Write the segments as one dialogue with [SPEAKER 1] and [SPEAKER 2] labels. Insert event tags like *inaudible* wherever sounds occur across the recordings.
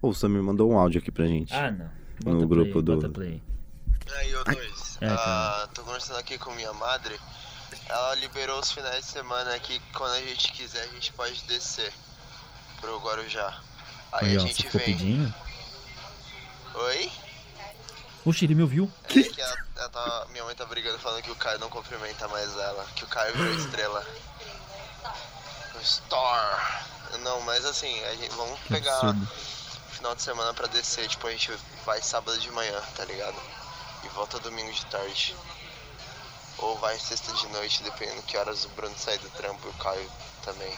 [SPEAKER 1] Ô, O Samir mandou um áudio aqui pra gente.
[SPEAKER 2] Ah, não. Bota
[SPEAKER 1] No
[SPEAKER 2] play,
[SPEAKER 1] grupo do-
[SPEAKER 2] Bota play.
[SPEAKER 3] Aí, ô dois.
[SPEAKER 2] É, cara.
[SPEAKER 3] ah, tô conversando aqui com minha madre. Ela liberou os finais de semana aqui. Quando a gente quiser, a gente pode descer pro Guarujá. Aí
[SPEAKER 2] Aí,
[SPEAKER 3] a
[SPEAKER 2] ó, você
[SPEAKER 3] gente
[SPEAKER 2] ficou
[SPEAKER 3] vem.
[SPEAKER 2] pedindo.
[SPEAKER 3] Oi?
[SPEAKER 2] Oxe, ele me ouviu.
[SPEAKER 3] Que? É que ela, ela tá- minha mãe tá brigando falando que o Caio não cumprimenta mais ela. Que o Caio virou estrela. Star! Não, mas assim, a gente, vamos
[SPEAKER 2] Que
[SPEAKER 3] pegar
[SPEAKER 2] absurdo.
[SPEAKER 3] final de semana pra descer. Tipo, a gente vai sábado de manhã, tá ligado? E volta domingo de tarde. Ou vai sexta de noite, dependendo que horas o Bruno sair do trampo e o Caio também.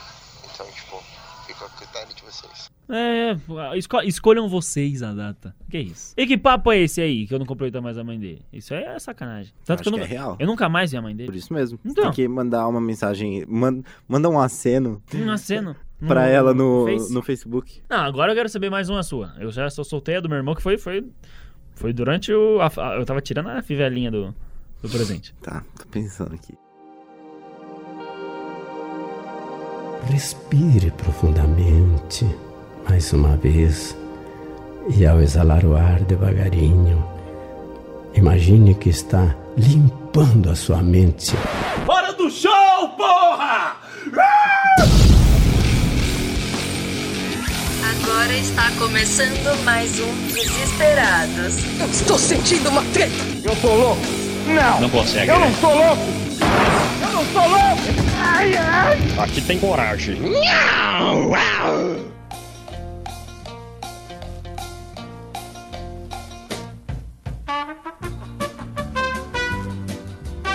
[SPEAKER 3] Então, tipo, fica a critério de vocês.
[SPEAKER 2] É, é, esco- escolham vocês a data. Que isso? E que papo é esse aí que eu não completo mais a mãe dele? Isso aí é sacanagem. Tanto
[SPEAKER 1] Acho
[SPEAKER 2] que eu
[SPEAKER 1] que é
[SPEAKER 2] nunca,
[SPEAKER 1] real.
[SPEAKER 2] eu nunca mais vi a mãe
[SPEAKER 1] É Por
[SPEAKER 2] dele.
[SPEAKER 1] isso mesmo.
[SPEAKER 2] Então.
[SPEAKER 1] Tem que mandar uma mensagem. man- Manda um aceno
[SPEAKER 2] Um aceno. no-
[SPEAKER 1] *laughs* pra ela no,
[SPEAKER 2] Face.
[SPEAKER 1] no Facebook.
[SPEAKER 2] Não, agora eu quero saber mais uma sua. Eu já só soltei a do meu irmão que foi. Foi, foi durante o. a- a- eu tava tirando a fivelinha do, do presente.
[SPEAKER 1] Tá, tô pensando aqui.
[SPEAKER 4] Respire profundamente mais uma vez e ao exalar o ar devagarinho, imagine que está limpando a sua mente.
[SPEAKER 5] Agora está começando mais um Desesperados.
[SPEAKER 6] Estou sentindo uma treta.
[SPEAKER 7] Não consegue, né? Aqui tem coragem.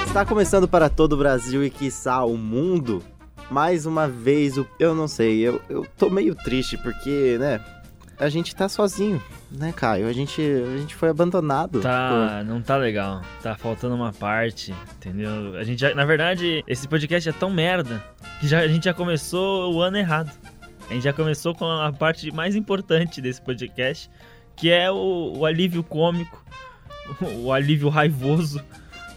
[SPEAKER 1] Está Tá começando para todo o Brasil e quiçá o mundo. Mais uma vez, o- eu não sei, eu, eu tô meio triste porque, né? A gente tá sozinho, né, Caio? A gente, a gente foi abandonado.
[SPEAKER 2] Tá, não tá legal. Tá faltando uma parte, entendeu? A gente já, na verdade, esse podcast é tão merda que já, a gente já começou o ano errado. A gente já começou com a parte mais importante desse podcast, que é o, o alívio cômico, *laughs* o, o alívio raivoso,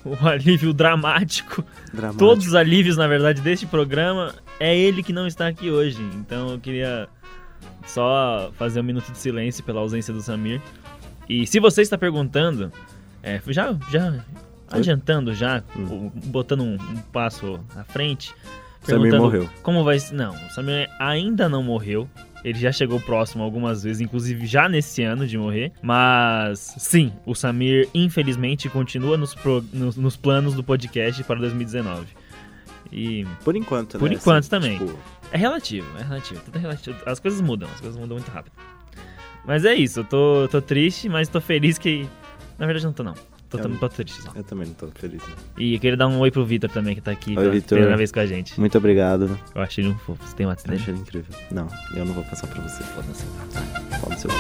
[SPEAKER 2] o alívio dramático.
[SPEAKER 1] Dramático.
[SPEAKER 2] Todos os alívios, na verdade, deste programa é ele que não está aqui hoje. Então eu queria só fazer um minuto de silêncio pela ausência do Samir. E se você está perguntando, é, já, já adiantando já,
[SPEAKER 1] Hum.
[SPEAKER 2] o- botando um, um passo à frente,
[SPEAKER 1] Samir
[SPEAKER 2] perguntando
[SPEAKER 1] morreu.
[SPEAKER 2] como vai. se- Não, o Samir ainda não morreu. Ele já chegou próximo algumas vezes, inclusive já nesse ano de morrer. Mas sim, o Samir infelizmente continua nos, pro- nos- nos planos do podcast para 2019. E
[SPEAKER 1] Por enquanto, né?
[SPEAKER 2] Por enquanto também.
[SPEAKER 1] tipo,
[SPEAKER 2] é relativo, é relativo, tudo é relativo. As coisas mudam, as coisas mudam muito rápido. Mas é isso, eu tô, tô triste, mas tô feliz que. Na verdade, não tô não. Tô, tô,
[SPEAKER 1] Eu-
[SPEAKER 2] tô triste só.
[SPEAKER 1] eu também não tô feliz. né?
[SPEAKER 2] E eu queria dar um oi pro Vitor também, que tá aqui
[SPEAKER 1] Oi,
[SPEAKER 2] pela
[SPEAKER 1] Vitor.
[SPEAKER 2] primeira vez com a gente.
[SPEAKER 1] Muito obrigado. né?
[SPEAKER 2] Eu achei ele um fofo. Você tem WhatsApp
[SPEAKER 1] Eu
[SPEAKER 2] dele?
[SPEAKER 1] achei ele incrível. Não, eu não vou passar pra você. Foda-se. Fala no seu cu.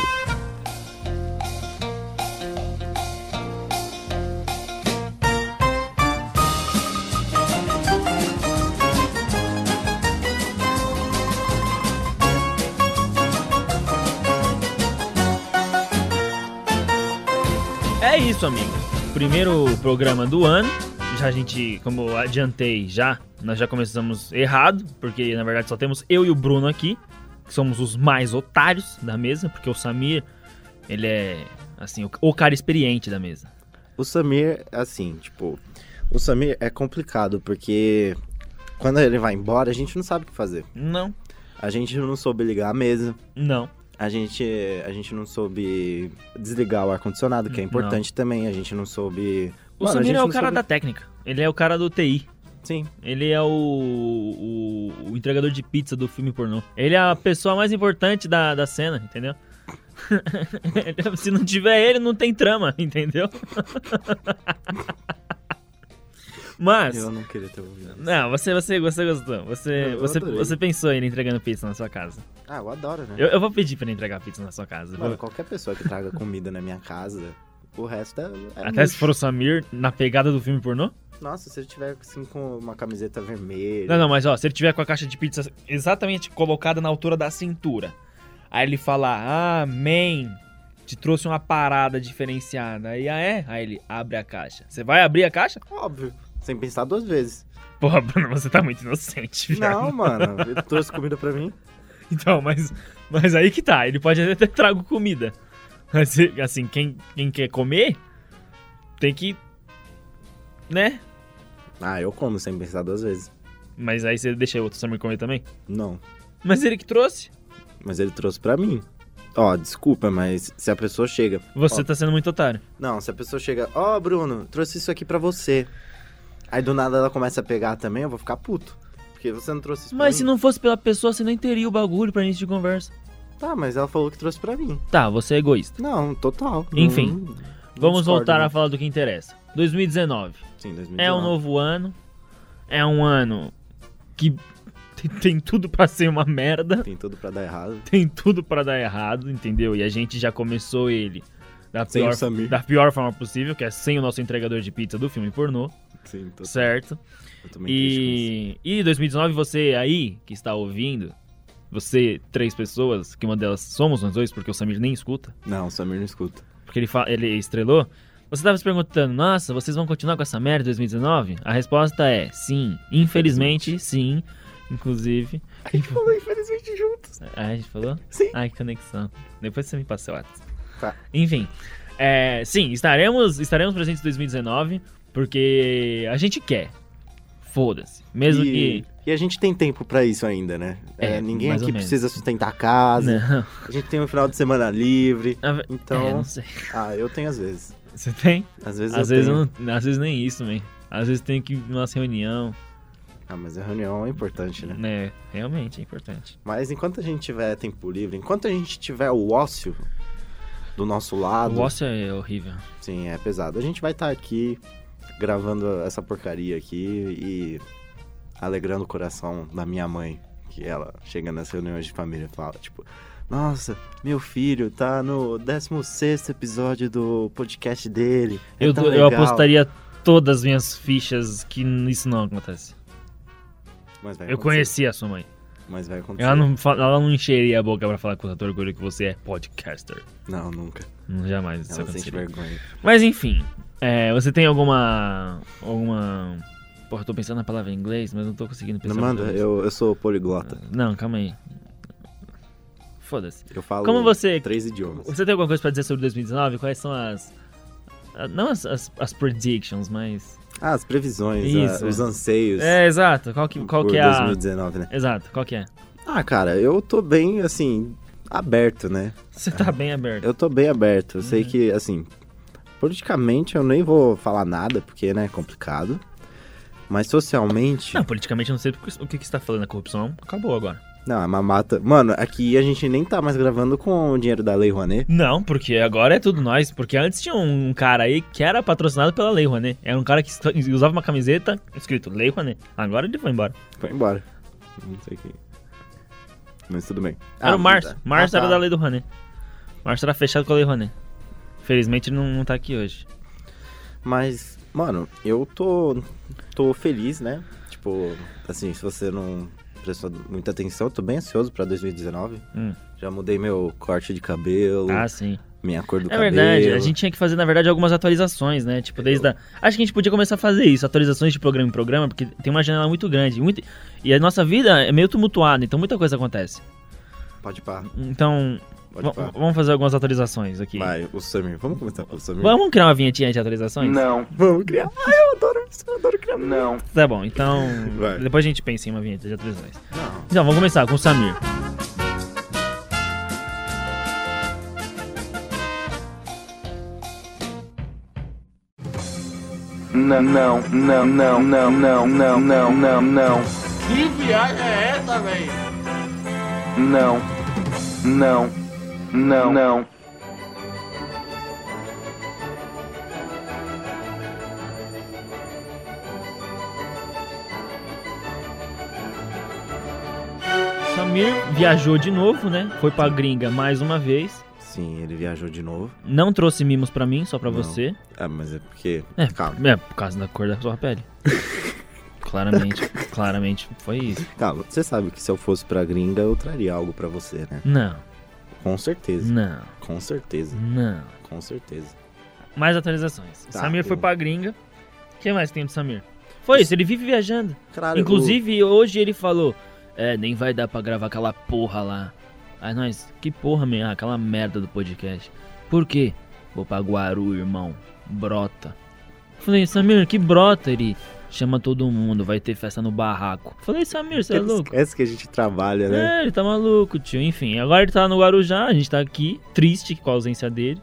[SPEAKER 2] É isso, amigo. Primeiro programa do ano. Já a gente, como eu adiantei já, nós já começamos errado, porque na verdade só temos eu e o Bruno aqui, que somos os mais otários da mesa, porque o Samir, ele é, assim, o- o cara experiente da mesa.
[SPEAKER 1] O Samir, assim, tipo, o Samir é complicado porque quando ele vai embora, a gente não sabe o que fazer.
[SPEAKER 2] Não,
[SPEAKER 1] A gente não soube ligar a mesa,
[SPEAKER 2] não.
[SPEAKER 1] a gente, a gente não soube desligar o ar-condicionado, que é
[SPEAKER 2] Não.
[SPEAKER 1] importante também, a gente não soube.
[SPEAKER 2] O
[SPEAKER 1] Mano, a
[SPEAKER 2] Samir
[SPEAKER 1] gente
[SPEAKER 2] é o
[SPEAKER 1] não
[SPEAKER 2] cara
[SPEAKER 1] soube-
[SPEAKER 2] da técnica, ele é o cara do TI.
[SPEAKER 1] Sim,
[SPEAKER 2] Ele é o, o, o entregador de pizza do filme pornô. Ele é a pessoa mais importante da, da cena, entendeu? *laughs* Se não tiver ele, não tem trama, entendeu? *laughs* Mas.
[SPEAKER 1] eu não queria ter ouvido. isso.
[SPEAKER 2] Não, você, você, você gostou. Você,
[SPEAKER 1] Eu
[SPEAKER 2] você,
[SPEAKER 1] adorei.
[SPEAKER 2] você pensou ele entregando pizza na sua casa.
[SPEAKER 1] Ah, eu adoro, né?
[SPEAKER 2] Eu, eu vou pedir pra ele entregar pizza na sua casa.
[SPEAKER 1] Mano,
[SPEAKER 2] Vou-
[SPEAKER 1] qualquer pessoa que traga comida na minha casa, o resto é. é
[SPEAKER 2] Até se
[SPEAKER 1] lixo.
[SPEAKER 2] for o Samir na pegada do filme pornô?
[SPEAKER 1] Nossa, se ele tiver assim com uma camiseta vermelha.
[SPEAKER 2] Não, não, mas ó, se ele tiver com a caixa de pizza exatamente colocada na altura da cintura, aí ele falar, amém, te trouxe uma parada diferenciada. Aí, ah, é? Aí ele abre a caixa. Você vai abrir a caixa? *laughs*
[SPEAKER 1] Óbvio. Sem pensar duas vezes.
[SPEAKER 2] Porra, Bruno, você tá muito inocente, velho.
[SPEAKER 1] Não, mano. Ele trouxe comida pra mim.
[SPEAKER 2] *laughs* Então, mas Mas aí que tá, ele pode até ter trago comida. Mas, assim, quem, quem quer comer, tem que. Né?
[SPEAKER 1] Ah, eu como sem pensar duas vezes.
[SPEAKER 2] Mas aí você deixa o outro Samir comer também?
[SPEAKER 1] Não.
[SPEAKER 2] Mas ele que trouxe.
[SPEAKER 1] Mas ele trouxe pra mim. Ó, desculpa, mas se a pessoa chega.
[SPEAKER 2] Você
[SPEAKER 1] Ó.
[SPEAKER 2] tá sendo muito otário.
[SPEAKER 1] Não, se a pessoa chega, ó, Bruno, trouxe isso aqui pra você. Aí do nada ela começa a pegar também, eu vou ficar puto. Porque você não trouxe isso pra
[SPEAKER 2] Mas se
[SPEAKER 1] mim.
[SPEAKER 2] não fosse pela pessoa, você nem teria o bagulho pra início de conversa.
[SPEAKER 1] Tá, mas ela falou que trouxe pra mim.
[SPEAKER 2] Tá, você é egoísta.
[SPEAKER 1] Não, total.
[SPEAKER 2] Enfim,
[SPEAKER 1] Não- não
[SPEAKER 2] Vamos
[SPEAKER 1] discordo,
[SPEAKER 2] voltar
[SPEAKER 1] né?
[SPEAKER 2] a falar do que interessa. 2019.
[SPEAKER 1] Sim, 2019.
[SPEAKER 2] É um novo ano. É um ano que tem- tem tudo pra ser uma merda.
[SPEAKER 1] Tem tudo pra dar errado.
[SPEAKER 2] Tem tudo pra dar errado, entendeu? E a gente já começou ele da
[SPEAKER 1] Sem
[SPEAKER 2] pior,
[SPEAKER 1] o Samir.
[SPEAKER 2] da pior forma possível, que é sem o nosso entregador de pizza do filme pornô,
[SPEAKER 1] Sim, tô,
[SPEAKER 2] certo?
[SPEAKER 1] eu também triste
[SPEAKER 2] E, e 2019, você aí que está ouvindo, você, três pessoas, que uma delas somos nós dois, porque o Samir nem escuta,
[SPEAKER 1] com isso. Não, o Samir não escuta.
[SPEAKER 2] porque ele, fa- ele estrelou. Você estava se perguntando, nossa, vocês vão continuar com essa merda em 2019? A resposta é sim. Infelizmente, sim. Inclusive.
[SPEAKER 1] Infelizmente, juntos.
[SPEAKER 2] Ah, a gente falou?
[SPEAKER 1] Sim.
[SPEAKER 2] Ai, que conexão. Depois você me passa o WhatsApp.
[SPEAKER 1] Tá.
[SPEAKER 2] Enfim. é, sim, estaremos, estaremos presentes em 2019, porque a gente quer. Foda-se. Mesmo
[SPEAKER 1] e,
[SPEAKER 2] que.
[SPEAKER 1] e a gente tem tempo pra isso ainda, né? É,
[SPEAKER 2] É,
[SPEAKER 1] ninguém
[SPEAKER 2] mais ou
[SPEAKER 1] aqui
[SPEAKER 2] menos.
[SPEAKER 1] precisa sustentar a casa. *laughs*
[SPEAKER 2] Não. *laughs*
[SPEAKER 1] A gente tem um final de semana livre.
[SPEAKER 2] Na ve-
[SPEAKER 1] Então,
[SPEAKER 2] É, não sei.
[SPEAKER 1] ah, eu tenho às vezes.
[SPEAKER 2] Você tem?
[SPEAKER 1] Às vezes
[SPEAKER 2] Às
[SPEAKER 1] eu
[SPEAKER 2] vezes,
[SPEAKER 1] tenho.
[SPEAKER 2] eu não, às vezes nem isso, man. Às vezes tem que ir numa reunião.
[SPEAKER 1] Ah, mas a reunião é importante, né?
[SPEAKER 2] né? realmente é importante.
[SPEAKER 1] Mas enquanto a gente tiver tempo livre, enquanto a gente tiver o ócio do nosso lado,
[SPEAKER 2] O ócio é horrível.
[SPEAKER 1] sim, é pesado. A gente vai estar aqui gravando essa porcaria aqui e alegrando o coração da minha mãe, que ela chega nas reuniões de família e fala, tipo, nossa, meu filho tá no 16 episódio do podcast dele. é
[SPEAKER 2] Eu,
[SPEAKER 1] tão
[SPEAKER 2] eu
[SPEAKER 1] legal."
[SPEAKER 2] apostaria todas as minhas fichas que n- isso não acontece.
[SPEAKER 1] Mas vai
[SPEAKER 2] Eu
[SPEAKER 1] acontecer,
[SPEAKER 2] conheci a sua mãe.
[SPEAKER 1] Mas vai acontecer.
[SPEAKER 2] Ela não, fa- ela não encheria a boca pra falar com o orgulho que você é podcaster.
[SPEAKER 1] Não, nunca.
[SPEAKER 2] Não, Jamais isso
[SPEAKER 1] Ela sente
[SPEAKER 2] aconteceria.
[SPEAKER 1] vergonha.
[SPEAKER 2] Mas enfim, é, você tem alguma. alguma. Porra, eu tô pensando na palavra em inglês, mas não tô conseguindo pensar.
[SPEAKER 1] Não
[SPEAKER 2] na
[SPEAKER 1] manda,
[SPEAKER 2] palavra em
[SPEAKER 1] eu, eu sou poliglota.
[SPEAKER 2] inglês. Não, calma aí. Foda-se.
[SPEAKER 1] Eu falo
[SPEAKER 2] Como você-
[SPEAKER 1] três idiomas.
[SPEAKER 2] Você tem alguma coisa pra dizer sobre 2019? Quais são as. a- Não as, as, as predictions, mas.
[SPEAKER 1] Ah, as previsões,
[SPEAKER 2] Isso.
[SPEAKER 1] ah, os anseios
[SPEAKER 2] É, exato. Qual que, qual
[SPEAKER 1] por
[SPEAKER 2] que é a.
[SPEAKER 1] 2019, né?
[SPEAKER 2] Exato, qual que é?
[SPEAKER 1] Ah, cara, eu tô bem, assim, aberto, né?
[SPEAKER 2] Você tá bem aberto.
[SPEAKER 1] Eu tô bem aberto. Eu
[SPEAKER 2] Uhum.
[SPEAKER 1] sei que, assim, politicamente eu nem vou falar nada, porque, né, é complicado. Mas socialmente...
[SPEAKER 2] Não, politicamente eu não sei o que- o que, que você tá falando. A corrupção acabou agora.
[SPEAKER 1] Não, é uma mata... Mano, aqui a gente nem tá mais gravando com o dinheiro da Lei Rouanet.
[SPEAKER 2] Não, porque agora é tudo nós. Porque antes tinha um cara aí que era patrocinado pela Lei Rouanet. Era um cara que esto- usava uma camiseta escrito Lei Rouanet. Agora ele foi embora.
[SPEAKER 1] Foi embora. Não sei quem. Mas tudo bem.
[SPEAKER 2] Era
[SPEAKER 1] Ah,
[SPEAKER 2] o Márcio.
[SPEAKER 1] tá.
[SPEAKER 2] Márcio
[SPEAKER 1] Ah,
[SPEAKER 2] era
[SPEAKER 1] tá.
[SPEAKER 2] da Lei do Rouanet. Márcio era fechado com a Lei Rouanet. Felizmente ele não, não tá aqui hoje.
[SPEAKER 1] Mas, mano, eu tô, tô feliz, né? Tipo, assim, se você não prestou muita atenção, eu tô bem ansioso pra 2019.
[SPEAKER 2] Hum.
[SPEAKER 1] Já mudei meu corte de cabelo,
[SPEAKER 2] Ah, sim.
[SPEAKER 1] minha cor do
[SPEAKER 2] É
[SPEAKER 1] cabelo.
[SPEAKER 2] verdade, a gente tinha que fazer, na verdade, algumas atualizações, né? Tipo, desde a... Acho que a gente podia começar a fazer isso, atualizações de programa em programa, porque tem uma janela muito grande. muito- E a nossa vida é meio tumultuada, então muita coisa acontece.
[SPEAKER 1] Pode pá,
[SPEAKER 2] Então,
[SPEAKER 1] pode
[SPEAKER 2] va-
[SPEAKER 1] pá.
[SPEAKER 2] vamos fazer algumas atualizações aqui.
[SPEAKER 1] Vai, o Samir. Vamos começar pelo Samir?
[SPEAKER 2] Vamos criar uma vinhetinha de atualizações?
[SPEAKER 7] Não,
[SPEAKER 1] Vamos
[SPEAKER 2] *laughs*
[SPEAKER 1] criar. Ah, eu adoro isso, eu adoro criar.
[SPEAKER 7] não.
[SPEAKER 2] Tá bom, então.
[SPEAKER 1] *laughs* Vai.
[SPEAKER 2] Depois a gente pensa em uma vinheta de atualizações.
[SPEAKER 1] Não.
[SPEAKER 2] Então, vamos começar com o Samir.
[SPEAKER 7] Não, não, não, não, não, não, não, não, não, não. Que viagem é essa, velho? Não, não, não, não.
[SPEAKER 2] Samir viajou de novo, né? Foi pra gringa mais uma vez.
[SPEAKER 1] Sim, ele viajou de novo.
[SPEAKER 2] Não trouxe mimos pra mim, só pra
[SPEAKER 1] Não.
[SPEAKER 2] você.
[SPEAKER 1] Ah, mas é porque...
[SPEAKER 2] É,
[SPEAKER 1] Calma,
[SPEAKER 2] É, por causa da cor da sua pele. claramente, claramente foi isso.
[SPEAKER 1] calma. Você sabe que se eu fosse pra gringa, eu traria algo pra você, né?
[SPEAKER 2] Não,
[SPEAKER 1] Com certeza,
[SPEAKER 2] não,
[SPEAKER 1] com certeza,
[SPEAKER 2] não.
[SPEAKER 1] com certeza.
[SPEAKER 2] Mais atualizações.
[SPEAKER 1] Tá,
[SPEAKER 2] Samir foi
[SPEAKER 1] eu-
[SPEAKER 2] pra gringa. O que mais tem do Samir? Foi isso, ele vive viajando.
[SPEAKER 1] Caralho, o-
[SPEAKER 2] Inclusive, hoje ele falou: É, nem vai dar pra gravar aquela porra lá. Aí nós, que porra, mesmo, ah, aquela merda do podcast. Por quê? Vou pra Guaru, irmão. Brota. Falei, Samir, que brota ele. Chama todo mundo, vai ter festa no barraco. Falei, Samir, você é louco?
[SPEAKER 1] Esquece que a gente trabalha, né?
[SPEAKER 2] É, ele tá maluco, tio. Enfim, agora ele tá no Guarujá, a gente tá aqui, triste com a ausência dele.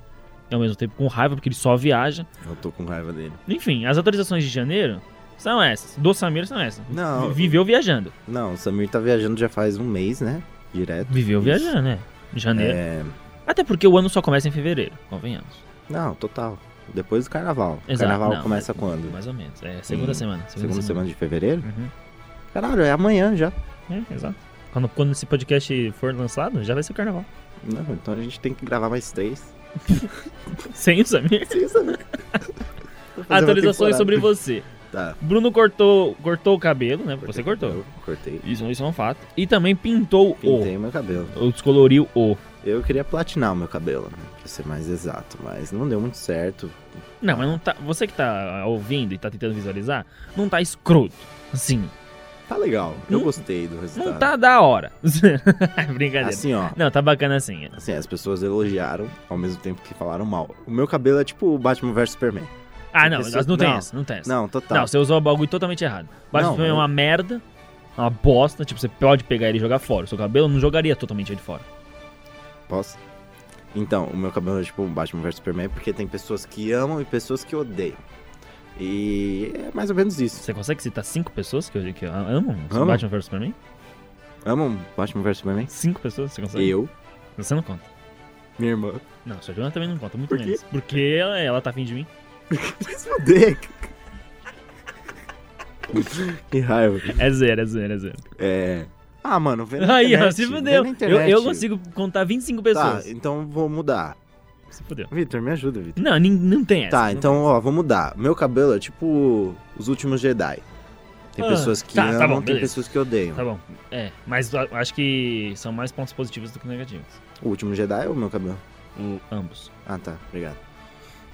[SPEAKER 2] E ao mesmo tempo com raiva, porque ele só viaja.
[SPEAKER 1] Eu tô com raiva dele.
[SPEAKER 2] Enfim, as autorizações de janeiro são essas. Do Samir são essas.
[SPEAKER 1] Não.
[SPEAKER 2] Viveu viajando.
[SPEAKER 1] Não, o Samir tá viajando já faz um mês, né? Direto.
[SPEAKER 2] Viveu
[SPEAKER 1] Isso.
[SPEAKER 2] viajando, né? Em Janeiro.
[SPEAKER 1] É...
[SPEAKER 2] Até porque o ano só começa em fevereiro, convenhamos.
[SPEAKER 1] Não, total. Depois do carnaval. O
[SPEAKER 2] Exato,
[SPEAKER 1] carnaval
[SPEAKER 2] não,
[SPEAKER 1] começa
[SPEAKER 2] mas-
[SPEAKER 1] quando?
[SPEAKER 2] Mais ou menos. É segunda
[SPEAKER 1] Em
[SPEAKER 2] semana. Segunda,
[SPEAKER 1] Segunda semana de fevereiro?
[SPEAKER 2] Uhum.
[SPEAKER 1] Caralho, é amanhã já.
[SPEAKER 2] É, exato. Quando, quando esse podcast for lançado, já vai ser o carnaval. *laughs*
[SPEAKER 1] Não, então a gente tem que gravar mais três.
[SPEAKER 2] Sem o Samir.
[SPEAKER 1] Sim, Samir.
[SPEAKER 2] Atualizações sobre você.
[SPEAKER 1] Tá.
[SPEAKER 2] Bruno cortou, cortou o cabelo, né? Você cortou. Oh.
[SPEAKER 1] Eu cortei.
[SPEAKER 2] Isso, isso é um fato. E também pintou
[SPEAKER 1] Pintei meu cabelo.
[SPEAKER 2] o. Ou descoloriu o.
[SPEAKER 1] Eu queria platinar o meu cabelo, né? Pra ser mais exato, mas não deu muito certo.
[SPEAKER 2] Não, mas não tá. Você que tá ouvindo e tá tentando visualizar, não tá escroto. Assim,
[SPEAKER 1] Tá legal. Eu
[SPEAKER 2] Não-
[SPEAKER 1] gostei do resultado.
[SPEAKER 2] Hum. não tá da hora. *laughs* Brincadeira.
[SPEAKER 1] Assim, ó.
[SPEAKER 2] Não, tá bacana assim.
[SPEAKER 1] Assim, as pessoas elogiaram ao mesmo tempo que falaram mal. O meu cabelo é tipo o Batman vs Superman.
[SPEAKER 2] Ah, não,
[SPEAKER 1] Isso-
[SPEAKER 2] mas não tem
[SPEAKER 1] não.
[SPEAKER 2] essa, não tá. tem essa.
[SPEAKER 1] Não, total.
[SPEAKER 2] Não, você usou o bagulho totalmente errado. Batman
[SPEAKER 1] Não,
[SPEAKER 2] Superman é
[SPEAKER 1] eu-
[SPEAKER 2] uma merda, uma bosta, tipo, você pode pegar ele e jogar fora. O seu cabelo não jogaria totalmente ele fora.
[SPEAKER 1] Posso? Então, o meu cabelo é tipo um Batman vs Superman, porque tem pessoas que amam e pessoas que odeiam. E é mais ou menos isso.
[SPEAKER 2] Você consegue citar cinco pessoas que, que amam o
[SPEAKER 1] Amo.
[SPEAKER 2] Batman vs Superman?
[SPEAKER 1] Amam Batman vs Superman?
[SPEAKER 2] Cinco pessoas, você consegue?
[SPEAKER 1] Eu,
[SPEAKER 2] Você não conta.
[SPEAKER 1] minha *laughs* irmã.
[SPEAKER 2] Não, sua Joana também não conta, muito
[SPEAKER 1] Por quê?
[SPEAKER 2] menos. Porque ela, ela tá afim de mim.
[SPEAKER 1] Se fuder. que raiva.
[SPEAKER 2] É zero, é zero, é zero.
[SPEAKER 1] É. Ah, mano, vê na
[SPEAKER 2] Aí, ó,
[SPEAKER 1] internet,
[SPEAKER 2] se
[SPEAKER 1] vê
[SPEAKER 2] fudeu.
[SPEAKER 1] na
[SPEAKER 2] Eu,
[SPEAKER 1] internet.
[SPEAKER 2] eu consigo contar 25
[SPEAKER 1] Tá,
[SPEAKER 2] pessoas.
[SPEAKER 1] então vou mudar.
[SPEAKER 2] Se fudeu.
[SPEAKER 1] Vitor, me ajuda, Vitor.
[SPEAKER 2] Não, nin- não tem essa.
[SPEAKER 1] Tá,
[SPEAKER 2] não
[SPEAKER 1] então, ó, vou mudar. Meu cabelo é tipo os últimos Jedi. Tem
[SPEAKER 2] Ah,
[SPEAKER 1] pessoas que
[SPEAKER 2] tá,
[SPEAKER 1] amam,
[SPEAKER 2] tá bom,
[SPEAKER 1] tem
[SPEAKER 2] beleza.
[SPEAKER 1] pessoas que odeiam.
[SPEAKER 2] Tá bom. É, mas eu acho que são mais pontos positivos do que negativos.
[SPEAKER 1] O último Jedi é o meu cabelo?
[SPEAKER 2] O, ambos.
[SPEAKER 1] Ah, tá. Obrigado.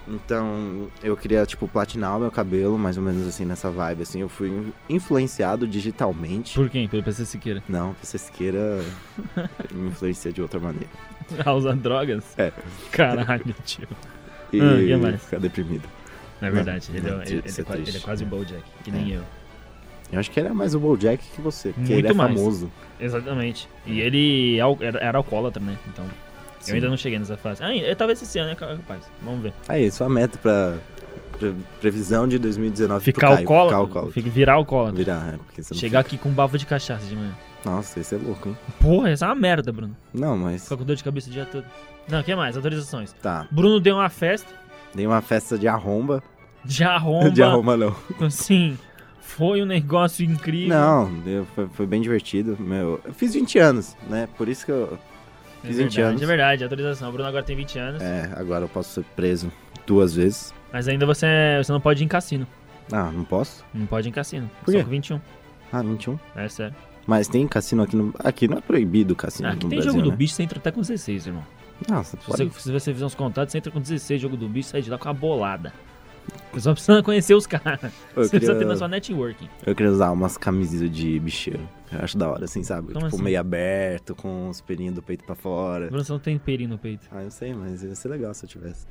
[SPEAKER 1] Então, eu queria, tipo, platinar o meu cabelo, mais ou menos assim, nessa vibe, assim. Eu fui in- influenciado digitalmente.
[SPEAKER 2] Por quem? Pelo PC *laughs* Siqueira.
[SPEAKER 1] Não, que vocês queiram me influenciar de outra maneira.
[SPEAKER 2] A usar drogas?
[SPEAKER 1] É.
[SPEAKER 2] Caralho, tio.
[SPEAKER 1] E
[SPEAKER 2] Ah, e mais?
[SPEAKER 1] ficar deprimido.
[SPEAKER 2] Na verdade, ele,
[SPEAKER 1] não,
[SPEAKER 2] é- ele,
[SPEAKER 1] isso é
[SPEAKER 2] ele, é quase,
[SPEAKER 1] triste.
[SPEAKER 2] ele é quase o Bojack, que nem eu.
[SPEAKER 1] Eu acho que ele é mais o Bojack que você, porque
[SPEAKER 2] Muito
[SPEAKER 1] ele é
[SPEAKER 2] mais.
[SPEAKER 1] famoso.
[SPEAKER 2] Exatamente. E ele é al- era, era alcoólatra, né? Então,
[SPEAKER 1] Sim.
[SPEAKER 2] eu ainda não cheguei nessa fase. Ah, é, talvez esse ano é capaz. Vamos ver.
[SPEAKER 1] Aí, sua meta pra, pra previsão de 2019 pro
[SPEAKER 2] Ficar
[SPEAKER 1] Caio,
[SPEAKER 2] alcoólatra.
[SPEAKER 1] Ficar alcoólatra.
[SPEAKER 2] Fica- Virar alcoólatra.
[SPEAKER 1] Virar, é, porque você não
[SPEAKER 2] Chegar aqui com um bafo de cachaça de manhã.
[SPEAKER 1] Nossa, isso é louco, hein?
[SPEAKER 2] Porra, essa é uma merda, Bruno.
[SPEAKER 1] Não, mas.
[SPEAKER 2] Fica com dor de cabeça o dia todo. Não, o que mais? Autorizações.
[SPEAKER 1] Tá.
[SPEAKER 2] Bruno deu uma festa.
[SPEAKER 1] Dei uma festa de arromba.
[SPEAKER 2] De arromba.
[SPEAKER 1] *laughs* De arromba, não.
[SPEAKER 2] Assim, foi um negócio incrível.
[SPEAKER 1] Não, eu- foi, foi bem divertido. Meu, eu fiz 20 anos, né? Por isso que eu.
[SPEAKER 2] É
[SPEAKER 1] Fiz 20
[SPEAKER 2] verdade,
[SPEAKER 1] anos.
[SPEAKER 2] É verdade, autorização. O Bruno agora tem 20 anos.
[SPEAKER 1] É, agora eu posso ser preso duas vezes.
[SPEAKER 2] Mas ainda você, você não pode ir em cassino.
[SPEAKER 1] Ah, não posso?
[SPEAKER 2] Não pode ir em cassino.
[SPEAKER 1] Por
[SPEAKER 2] Só
[SPEAKER 1] quê?
[SPEAKER 2] com 21.
[SPEAKER 1] Ah, 21.
[SPEAKER 2] É sério. Ah,
[SPEAKER 1] Mas tem cassino aqui no. Aqui não é proibido cassino
[SPEAKER 2] Aqui
[SPEAKER 1] no
[SPEAKER 2] tem
[SPEAKER 1] Brasil,
[SPEAKER 2] jogo
[SPEAKER 1] né?
[SPEAKER 2] do bicho, você entra até com 16, irmão.
[SPEAKER 1] Nossa,
[SPEAKER 2] Se você,
[SPEAKER 1] pode...
[SPEAKER 2] se você fizer uns contatos, você entra com 16, jogo do bicho, sai de lá com a bolada. Você só precisa conhecer os *laughs* caras.
[SPEAKER 1] eu,
[SPEAKER 2] Você precisa ter na
[SPEAKER 1] queria,
[SPEAKER 2] sua networking.
[SPEAKER 1] eu queria usar umas camisas de bicheiro. Eu acho da hora, assim, sabe?
[SPEAKER 2] Como
[SPEAKER 1] tipo,
[SPEAKER 2] assim?
[SPEAKER 1] meio aberto, com os pelinhos do peito pra fora.
[SPEAKER 2] Bruno, você não tem peri no peito.
[SPEAKER 1] Ah, eu sei, mas ia ser legal se eu tivesse.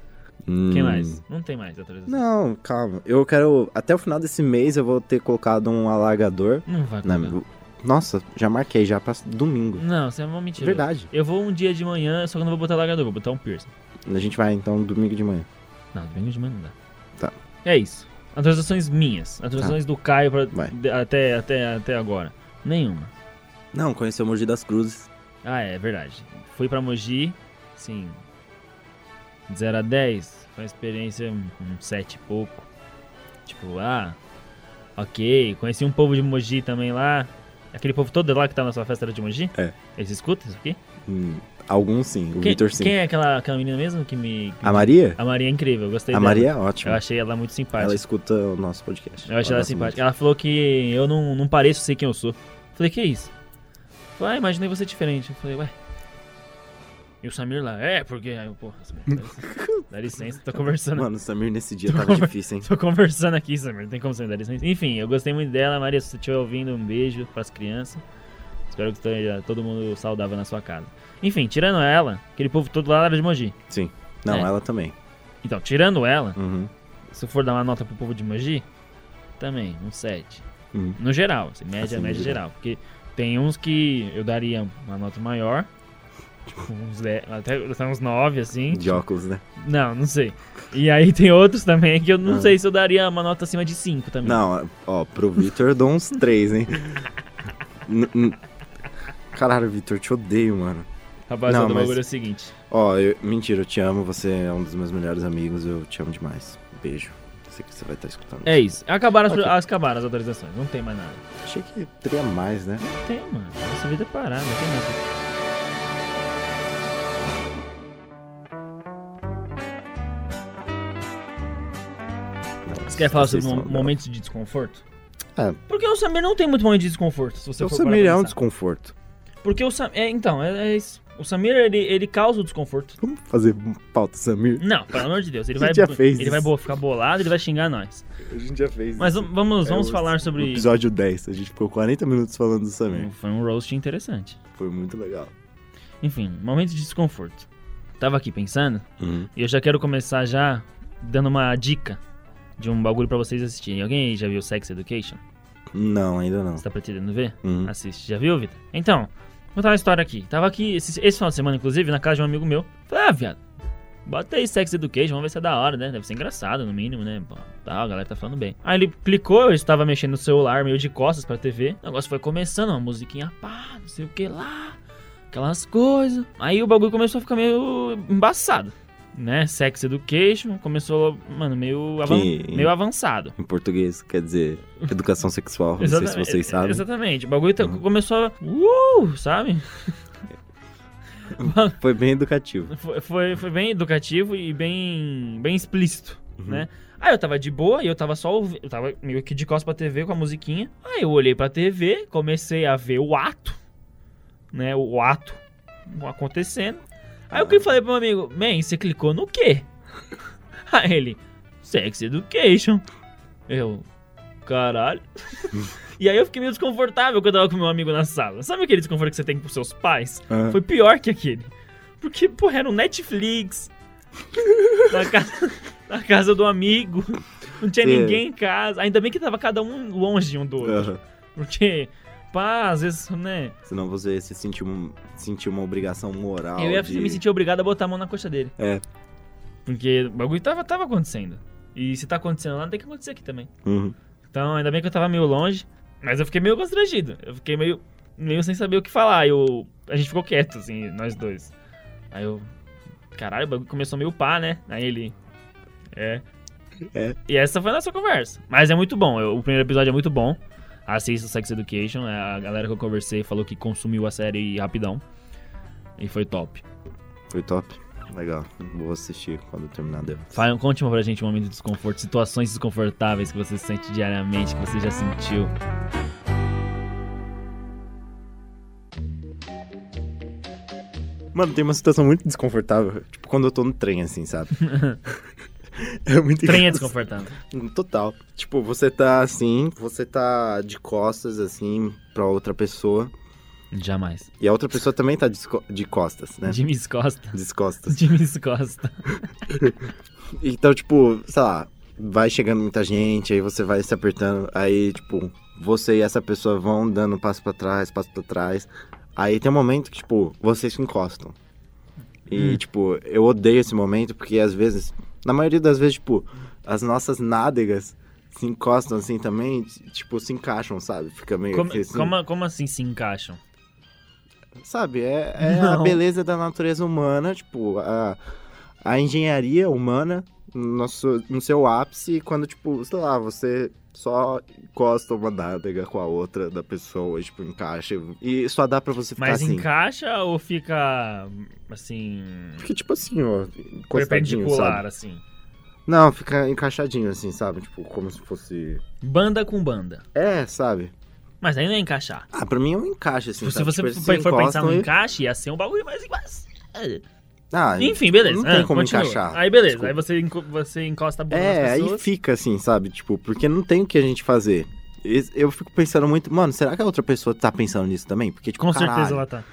[SPEAKER 2] Quem
[SPEAKER 1] Hum,
[SPEAKER 2] mais? Não tem mais autorização.
[SPEAKER 1] Não, calma. Eu quero. Até o final desse mês eu vou ter colocado um alargador.
[SPEAKER 2] Não, vai
[SPEAKER 1] Na...
[SPEAKER 2] colocar. Não,
[SPEAKER 1] Nossa, já marquei, já pra domingo.
[SPEAKER 2] você é uma mentira.
[SPEAKER 1] Verdade.
[SPEAKER 2] Eu vou um dia de manhã, só que eu não vou botar largador, vou botar um piercing.
[SPEAKER 1] A gente vai então domingo de manhã.
[SPEAKER 2] Não, domingo de manhã não dá.
[SPEAKER 1] Tá.
[SPEAKER 2] É isso. Atualizações minhas. Atualizações do Caio pra-
[SPEAKER 1] Vai.
[SPEAKER 2] de- até, até, até agora. Nenhuma.
[SPEAKER 1] Não, conheceu o Mogi das Cruzes.
[SPEAKER 2] Ah, é verdade. Fui pra Mogi, sim. 0 a 10. Foi uma experiência um, um 7 e pouco. Tipo, ah. Ok. Conheci um povo de Mogi também lá. Aquele povo todo lá que tá na sua festa era de Mogi?
[SPEAKER 1] É.
[SPEAKER 2] Eles escutam isso aqui?
[SPEAKER 1] Hum, alguns sim, o
[SPEAKER 2] quem,
[SPEAKER 1] Vitor sim.
[SPEAKER 2] quem é aquela, aquela menina mesmo que me. que
[SPEAKER 1] A
[SPEAKER 2] me-
[SPEAKER 1] Maria?
[SPEAKER 2] A Maria é incrível, eu gostei
[SPEAKER 1] A
[SPEAKER 2] dela.
[SPEAKER 1] Maria é ótima.
[SPEAKER 2] Eu achei ela muito simpática.
[SPEAKER 1] Ela escuta o nosso podcast.
[SPEAKER 2] Eu achei ela é
[SPEAKER 1] gosta muito.
[SPEAKER 2] simpática. Ela falou que eu não, não pareço sei quem eu sou. Falei, que isso? Falei, ah, imaginei você diferente. Eu falei, ué. E o Samir lá, é, porque. Aí eu, porra, Samir, dá licença, dá licença, tô conversando.
[SPEAKER 1] Mano, o Samir nesse dia
[SPEAKER 2] *laughs*
[SPEAKER 1] tava difícil, hein?
[SPEAKER 2] Tô conversando aqui, Samir, não tem como você me dar licença. Enfim, eu gostei muito dela, Maria, se você estiver ouvindo, um beijo pras crianças. Espero que esteja todo mundo saudável na sua casa. Enfim, tirando ela, aquele povo todo lá era de Mogi.
[SPEAKER 1] Sim. Não,
[SPEAKER 2] É.
[SPEAKER 1] ela também.
[SPEAKER 2] Então, tirando ela,
[SPEAKER 1] Uhum.
[SPEAKER 2] se eu for dar uma nota pro povo de Mogi, também, um 7.
[SPEAKER 1] Hum.
[SPEAKER 2] No geral, assim, média,
[SPEAKER 1] Assim, no
[SPEAKER 2] média geral. Porque tem uns que eu daria uma nota maior, tipo uns 10, até, até uns 9, assim.
[SPEAKER 1] De óculos, né?
[SPEAKER 2] Não, não sei. E aí tem outros também que eu não
[SPEAKER 1] Ah.
[SPEAKER 2] sei se eu daria uma nota acima de 5 também.
[SPEAKER 1] Não, ó, pro Vitor eu dou uns três, hein? N- n- Caralho, Vitor, eu te odeio, mano.
[SPEAKER 2] Rapaziada,
[SPEAKER 1] Não,
[SPEAKER 2] o
[SPEAKER 1] mas-
[SPEAKER 2] bagulho é o seguinte.
[SPEAKER 1] Ó, eu- mentira, eu te amo, você é um dos meus melhores amigos, eu te amo demais. Beijo. Sei que você vai estar escutando.
[SPEAKER 2] É isso. Acabaram as,
[SPEAKER 1] Ok.
[SPEAKER 2] as- acabaram as autorizações, não tem mais nada.
[SPEAKER 1] Achei que teria mais, né?
[SPEAKER 2] Não tem, mano. Nossa vida é parada, não tem nada. Você quer falar sobre um
[SPEAKER 1] Vocês
[SPEAKER 2] mo-
[SPEAKER 1] são
[SPEAKER 2] momentos de desconforto?
[SPEAKER 1] É.
[SPEAKER 2] Porque o Samir não tem muito momento de desconforto, se você
[SPEAKER 1] O
[SPEAKER 2] for parar pra
[SPEAKER 1] Samir é um
[SPEAKER 2] pensar.
[SPEAKER 1] desconforto.
[SPEAKER 2] Porque o Samir... É, então, é, é isso. O Samir, ele, ele causa o desconforto.
[SPEAKER 1] Vamos fazer um pauta, Samir?
[SPEAKER 2] Não, pelo amor de Deus. Ele
[SPEAKER 1] *laughs* A
[SPEAKER 2] vai,
[SPEAKER 1] gente já fez
[SPEAKER 2] ele vai
[SPEAKER 1] isso.
[SPEAKER 2] bo- ficar bolado, ele vai xingar nós.
[SPEAKER 1] A gente já fez
[SPEAKER 2] Mas
[SPEAKER 1] isso.
[SPEAKER 2] vamos- vamos,
[SPEAKER 1] É
[SPEAKER 2] vamos
[SPEAKER 1] o-
[SPEAKER 2] falar
[SPEAKER 1] no
[SPEAKER 2] sobre...
[SPEAKER 1] episódio 10, a gente ficou 40 minutos falando do Samir.
[SPEAKER 2] Foi um roast interessante.
[SPEAKER 1] Foi muito legal.
[SPEAKER 2] Enfim, momento de desconforto. Tava aqui pensando e eu já quero começar já dando uma dica de um bagulho pra vocês assistirem. Alguém aí já viu Sex Education?
[SPEAKER 1] Não, ainda não.
[SPEAKER 2] Você tá pretendendo ver?
[SPEAKER 1] Uhum.
[SPEAKER 2] Assiste. Já viu, Vitor? Então, vou contar uma história aqui. Tava aqui esse, esse final de semana, inclusive, na casa de um amigo meu. Falei, ah, viado, bota aí Sex Education, vamos ver se é da hora, né? Deve ser engraçado, no mínimo, né? Pô, Tá, a galera tá falando bem. Aí ele clicou, eu estava mexendo no celular, meio de costas pra TV. O negócio foi começando, uma musiquinha pá, não sei o que lá, aquelas coisas. Aí o bagulho começou a ficar meio embaçado. Né, Sex Education começou, mano, meio, avan-
[SPEAKER 1] Que-
[SPEAKER 2] meio avançado.
[SPEAKER 1] Em português quer dizer educação sexual, não sei se
[SPEAKER 2] Exatamente,
[SPEAKER 1] vocês sabem.
[SPEAKER 2] Exatamente. O bagulho tá-
[SPEAKER 1] Uhum.
[SPEAKER 2] começou a. Uh, sabe?
[SPEAKER 1] Foi bem educativo.
[SPEAKER 2] *laughs* Foi, foi, foi bem educativo e bem, bem explícito,
[SPEAKER 1] Uhum.
[SPEAKER 2] né? Aí eu tava de boa e eu tava só ouvindo. Eu tava meio que de costas pra TV com a musiquinha. Aí eu olhei pra TV, comecei a ver o ato, né? O ato acontecendo. Aí eu que falei pro meu amigo, man, você clicou no quê? *laughs* Aí ele, Sex Education. Eu,
[SPEAKER 1] *laughs*
[SPEAKER 2] caralho. e aí eu fiquei meio desconfortável quando eu tava com meu amigo na sala. Sabe aquele desconforto que você tem com seus pais?
[SPEAKER 1] Ah,
[SPEAKER 2] Foi pior que aquele. Porque, porra, era um Netflix. na, casa, *laughs* na casa do amigo. Não tinha
[SPEAKER 1] É.
[SPEAKER 2] ninguém em casa. Ainda bem que tava cada um longe um do outro.
[SPEAKER 1] ah.
[SPEAKER 2] Porque, pá, às vezes, né?
[SPEAKER 1] Senão você se sentiu, um- sentiu uma obrigação moral.
[SPEAKER 2] eu ia
[SPEAKER 1] de...
[SPEAKER 2] me sentir obrigado a botar a mão na coxa dele.
[SPEAKER 1] É.
[SPEAKER 2] Porque o bagulho tava, tava acontecendo. E se tá acontecendo lá, tem que acontecer aqui também.
[SPEAKER 1] Uhum.
[SPEAKER 2] Então, ainda bem que eu tava meio longe. Mas eu fiquei meio constrangido. Eu fiquei meio, meio sem saber o que falar. Eu, a gente ficou quieto, assim, nós dois. Aí eu. Caralho, o bagulho começou meio pá, né? Aí ele. É.
[SPEAKER 1] É.
[SPEAKER 2] E essa foi a nossa conversa. Mas é muito bom. eu- o primeiro episódio é muito bom. Assista Sex Education. é, A galera que eu conversei falou que consumiu a série rapidão. E foi top.
[SPEAKER 1] Foi top. Legal. Vou assistir quando terminar deu.
[SPEAKER 2] Fala, conte uma pra gente um momento de desconforto, situações desconfortáveis que você sente diariamente, que você já sentiu.
[SPEAKER 1] Mano, tem uma situação muito desconfortável. Tipo, quando eu tô no trem, assim,
[SPEAKER 2] *laughs*
[SPEAKER 1] sabe? é muito
[SPEAKER 2] Trem é
[SPEAKER 1] engraçado.
[SPEAKER 2] desconfortável.
[SPEAKER 1] Total. Tipo, você tá assim, você tá de costas, assim, pra outra pessoa.
[SPEAKER 2] Jamais.
[SPEAKER 1] E a outra pessoa também tá de, esco- de costas, né?
[SPEAKER 2] Jimmy
[SPEAKER 1] *laughs*
[SPEAKER 2] Costa.
[SPEAKER 1] Descostas.
[SPEAKER 2] Jimmy Costa.
[SPEAKER 1] Então, tipo, sei lá, vai chegando muita gente, aí você vai se apertando, aí, tipo, você e essa pessoa vão dando passo pra trás, passo pra trás. Aí tem um momento que, tipo, vocês se encostam. E,
[SPEAKER 2] Hum.
[SPEAKER 1] tipo, eu odeio esse momento porque às vezes, na maioria das vezes, tipo, as nossas nádegas se encostam assim também, t- tipo, se encaixam, sabe? Fica meio
[SPEAKER 2] Como,
[SPEAKER 1] que assim.
[SPEAKER 2] como- como assim se encaixam?
[SPEAKER 1] Tá Sabe, é, é a
[SPEAKER 2] Não.
[SPEAKER 1] beleza da natureza humana, tipo, a, a engenharia humana no, seu- no seu ápice, quando, tipo, sei lá, você só encosta uma nádega com a outra da pessoa, e, tipo, encaixa. E só dá pra você ficar
[SPEAKER 2] Mas
[SPEAKER 1] assim.
[SPEAKER 2] encaixa ou fica assim.
[SPEAKER 1] Fica tipo assim, ó, encostadinho,
[SPEAKER 2] perpendicular,
[SPEAKER 1] sabe?
[SPEAKER 2] assim?
[SPEAKER 1] Não, fica encaixadinho assim, sabe? Tipo, como se fosse...
[SPEAKER 2] Banda com banda.
[SPEAKER 1] É, sabe?
[SPEAKER 2] Mas ainda é encaixar.
[SPEAKER 1] Ah, pra mim é um encaixe, assim,
[SPEAKER 2] Tipo, se
[SPEAKER 1] sabe?
[SPEAKER 2] você
[SPEAKER 1] Tipo, eles se
[SPEAKER 2] for, for pensar no
[SPEAKER 1] encostam e-
[SPEAKER 2] encaixe, ia ser um bagulho mais embaçado.
[SPEAKER 1] Ah,
[SPEAKER 2] Enfim, beleza.
[SPEAKER 1] Não tem
[SPEAKER 2] Ah,
[SPEAKER 1] como
[SPEAKER 2] continua.
[SPEAKER 1] encaixar.
[SPEAKER 2] Aí beleza,
[SPEAKER 1] Desculpa.
[SPEAKER 2] aí você, enco- você encosta a bunda
[SPEAKER 1] É,
[SPEAKER 2] nas
[SPEAKER 1] aí
[SPEAKER 2] pessoas.
[SPEAKER 1] fica assim, sabe? Tipo, porque não tem o que a gente fazer. Esse- Eu fico pensando muito, mano, será que a outra pessoa tá pensando nisso também? Porque, tipo,
[SPEAKER 2] Com
[SPEAKER 1] caralho,
[SPEAKER 2] certeza ela tá.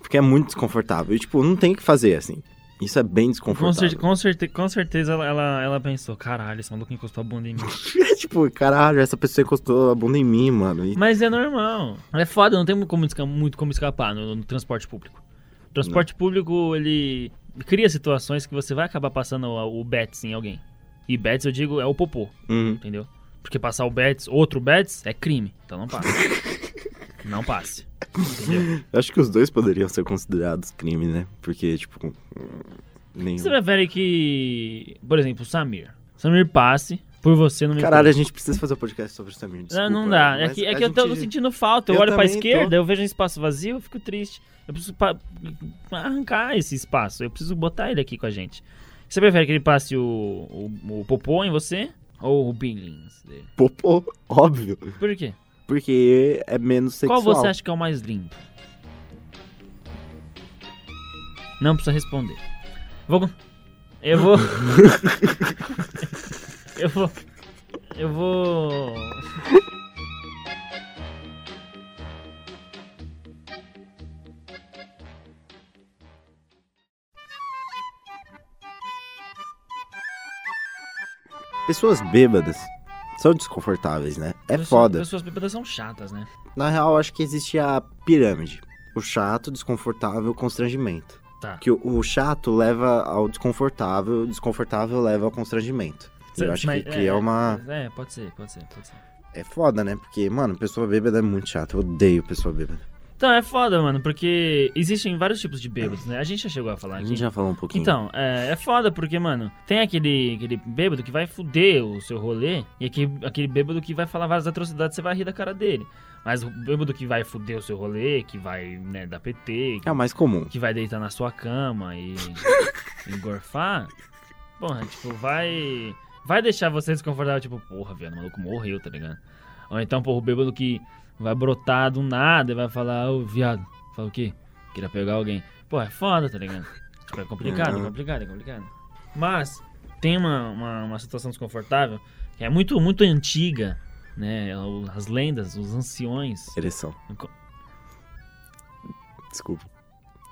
[SPEAKER 1] Porque é muito desconfortável. E, tipo, não tem o que fazer, assim. Isso é bem
[SPEAKER 2] Com,
[SPEAKER 1] desconfortável.
[SPEAKER 2] cer com, certe com certeza ela, ela, ela pensou, caralho, esse maluco encostou a bunda em mim.
[SPEAKER 1] *laughs* tipo, caralho, essa pessoa encostou a bunda em mim, mano. E-
[SPEAKER 2] Mas é normal. É foda, não tem como esca- muito como escapar no, no transporte público. O transporte público, ele cria situações que você vai acabar passando o, o bets em alguém. E bets, eu digo, é o popô,
[SPEAKER 1] Uhum.
[SPEAKER 2] entendeu? Porque passar o bets, outro bets, é crime. Então
[SPEAKER 1] *laughs*
[SPEAKER 2] não passe. não passe. Entendeu?
[SPEAKER 1] Acho que os dois poderiam ser considerados crime, né? Porque, tipo. Nenhum.
[SPEAKER 2] Você prefere que, por exemplo, o Samir. O Samir passe por você no meio
[SPEAKER 1] Caralho, a gente precisa fazer um podcast sobre o Samir. Desculpa,
[SPEAKER 2] Não, não dá. É
[SPEAKER 1] mas
[SPEAKER 2] que, é
[SPEAKER 1] a
[SPEAKER 2] que eu tô
[SPEAKER 1] gente-
[SPEAKER 2] sentindo falta. Eu,
[SPEAKER 1] Eu
[SPEAKER 2] olho pra
[SPEAKER 1] também tô.
[SPEAKER 2] esquerda, eu vejo um espaço vazio, eu fico triste. Eu preciso pa- arrancar esse espaço. Eu preciso botar ele aqui com a gente. Você prefere que ele passe o, o, o Popô em você? Ou o Billings dele?
[SPEAKER 1] Popô, *laughs* óbvio.
[SPEAKER 2] Por quê?
[SPEAKER 1] Porque é menos sexual.
[SPEAKER 2] Qual você acha que é o mais limpo? Não precisa responder. Vou.
[SPEAKER 1] *laughs*
[SPEAKER 2] Eu vou. eu vou. Eu vou.
[SPEAKER 1] Pessoas bêbadas são desconfortáveis, né? É
[SPEAKER 2] Pessoas-
[SPEAKER 1] foda.
[SPEAKER 2] Pessoas bêbadas são chatas, né?
[SPEAKER 1] Na real, acho que existe a pirâmide. O chato, desconfortável, constrangimento.
[SPEAKER 2] Tá.
[SPEAKER 1] Que o, o chato leva ao desconfortável, o desconfortável leva ao constrangimento. E eu acho que,
[SPEAKER 2] Mas,
[SPEAKER 1] que é, uma...
[SPEAKER 2] É, pode ser, pode ser, pode ser.
[SPEAKER 1] É foda, né? Porque, mano, pessoa bêbada é muito chata. Eu odeio pessoa bêbada.
[SPEAKER 2] Então, é foda, mano, porque existem vários tipos de bêbados, né? A gente já chegou a falar
[SPEAKER 1] A
[SPEAKER 2] aqui.
[SPEAKER 1] gente já falou um pouquinho.
[SPEAKER 2] Então, é, é foda porque, mano, tem aquele, aquele bêbado que vai fuder o seu rolê e aquele, aquele bêbado que vai falar várias atrocidades, você vai rir da cara dele. Mas o bêbado que vai fuder o seu rolê, que vai, né, dar PT,
[SPEAKER 1] É o mais comum.
[SPEAKER 2] que vai deitar na sua cama e engorfar, porra, tipo, vai. Vai deixar você desconfortável, tipo, porra, velho, o maluco morreu, tá ligado? Ou então, porra, o bêbado que vai brotar do nada e vai falar, ô, viado, fala o quê? Queria pegar alguém. Porra, é foda, tá ligado? Tipo, é complicado, é
[SPEAKER 1] Uhum.
[SPEAKER 2] complicado, é complicado. Mas, tem uma, uma, uma situação desconfortável que é muito, muito antiga, né? As lendas, os anciões.
[SPEAKER 1] Ereção. Desculpa.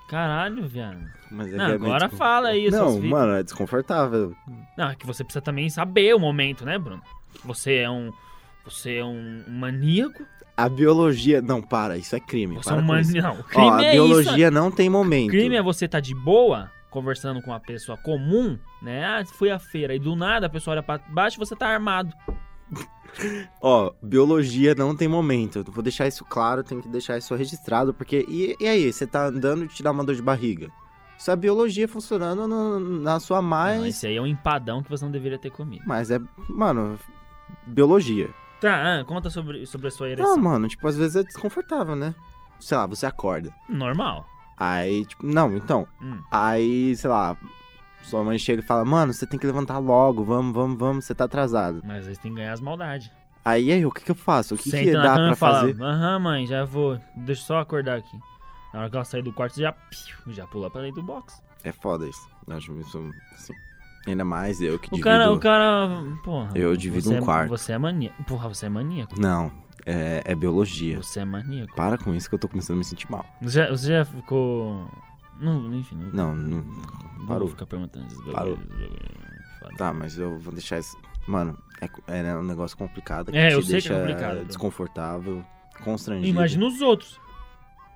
[SPEAKER 2] Caralho, viado.
[SPEAKER 1] Mas é
[SPEAKER 2] Não,
[SPEAKER 1] que é bem
[SPEAKER 2] agora
[SPEAKER 1] desconfortável.
[SPEAKER 2] fala aí, essas
[SPEAKER 1] Não,
[SPEAKER 2] fitas.
[SPEAKER 1] mano, é desconfortável.
[SPEAKER 2] Não, é que você precisa também saber o momento, né, Bruno? Você é um. Você é um maníaco?
[SPEAKER 1] A biologia. Não, para, isso é crime.
[SPEAKER 2] Você é
[SPEAKER 1] para
[SPEAKER 2] um
[SPEAKER 1] com isso.
[SPEAKER 2] maníaco. Não, o crime
[SPEAKER 1] Ó, a
[SPEAKER 2] é isso.
[SPEAKER 1] biologia não tem
[SPEAKER 2] O
[SPEAKER 1] momento.
[SPEAKER 2] crime é você tá de boa, conversando com uma pessoa comum, né? Ah, fui à feira. E do nada a pessoa olha pra baixo e você tá armado.
[SPEAKER 1] Ó, biologia não tem momento. Eu Vou deixar isso claro, tenho que deixar isso registrado, porque. E, e aí, você tá andando e te dá uma dor de barriga? Isso é a biologia funcionando no- na sua mais.
[SPEAKER 2] Não, esse aí é um empadão que você não deveria ter comido.
[SPEAKER 1] Mas é. Mano, biologia.
[SPEAKER 2] Tá, ah, conta sobre, sobre a sua
[SPEAKER 1] Não,
[SPEAKER 2] ereção.
[SPEAKER 1] mano, tipo, às vezes é desconfortável, né? Sei lá, você acorda.
[SPEAKER 2] Normal.
[SPEAKER 1] Aí, tipo, não, então.
[SPEAKER 2] Hum.
[SPEAKER 1] Aí, sei lá, sua mãe chega e fala, mano, você tem que levantar logo, vamos, vamos, vamos, você tá atrasado.
[SPEAKER 2] Mas eles têm que ganhar as maldades.
[SPEAKER 1] Aí, aí, o que que eu faço? O que, que
[SPEAKER 2] Senta na
[SPEAKER 1] dá
[SPEAKER 2] cama
[SPEAKER 1] pra
[SPEAKER 2] e fala,
[SPEAKER 1] fazer?
[SPEAKER 2] aham, mãe, já vou. Deixa eu só acordar aqui. Na hora que ela sair do quarto, você já, piu, já pula pra dentro do box.
[SPEAKER 1] É foda isso. Eu Acho isso, assim, ainda mais eu que
[SPEAKER 2] O
[SPEAKER 1] divido...
[SPEAKER 2] cara, é um o cara. Porra.
[SPEAKER 1] Eu divido
[SPEAKER 2] você
[SPEAKER 1] um
[SPEAKER 2] é-
[SPEAKER 1] quarto.
[SPEAKER 2] Você é maníaco. Porra, você é maníaco.
[SPEAKER 1] Não, é, é biologia.
[SPEAKER 2] Você é maníaco.
[SPEAKER 1] Para com isso que eu tô começando a me sentir mal.
[SPEAKER 2] Você já, você já ficou. Não, enfim,
[SPEAKER 1] Não,
[SPEAKER 2] não,
[SPEAKER 1] não...
[SPEAKER 2] não
[SPEAKER 1] parou.
[SPEAKER 2] vou ficar perguntando esses
[SPEAKER 1] Parou.
[SPEAKER 2] bagulhos. Foda.
[SPEAKER 1] Tá, mas eu vou deixar isso... Mano, é, co- é um negócio complicado.
[SPEAKER 2] É,
[SPEAKER 1] te
[SPEAKER 2] eu sei que é
[SPEAKER 1] deixa
[SPEAKER 2] complicado.
[SPEAKER 1] desconfortável, constrangido.
[SPEAKER 2] Imagina os outros.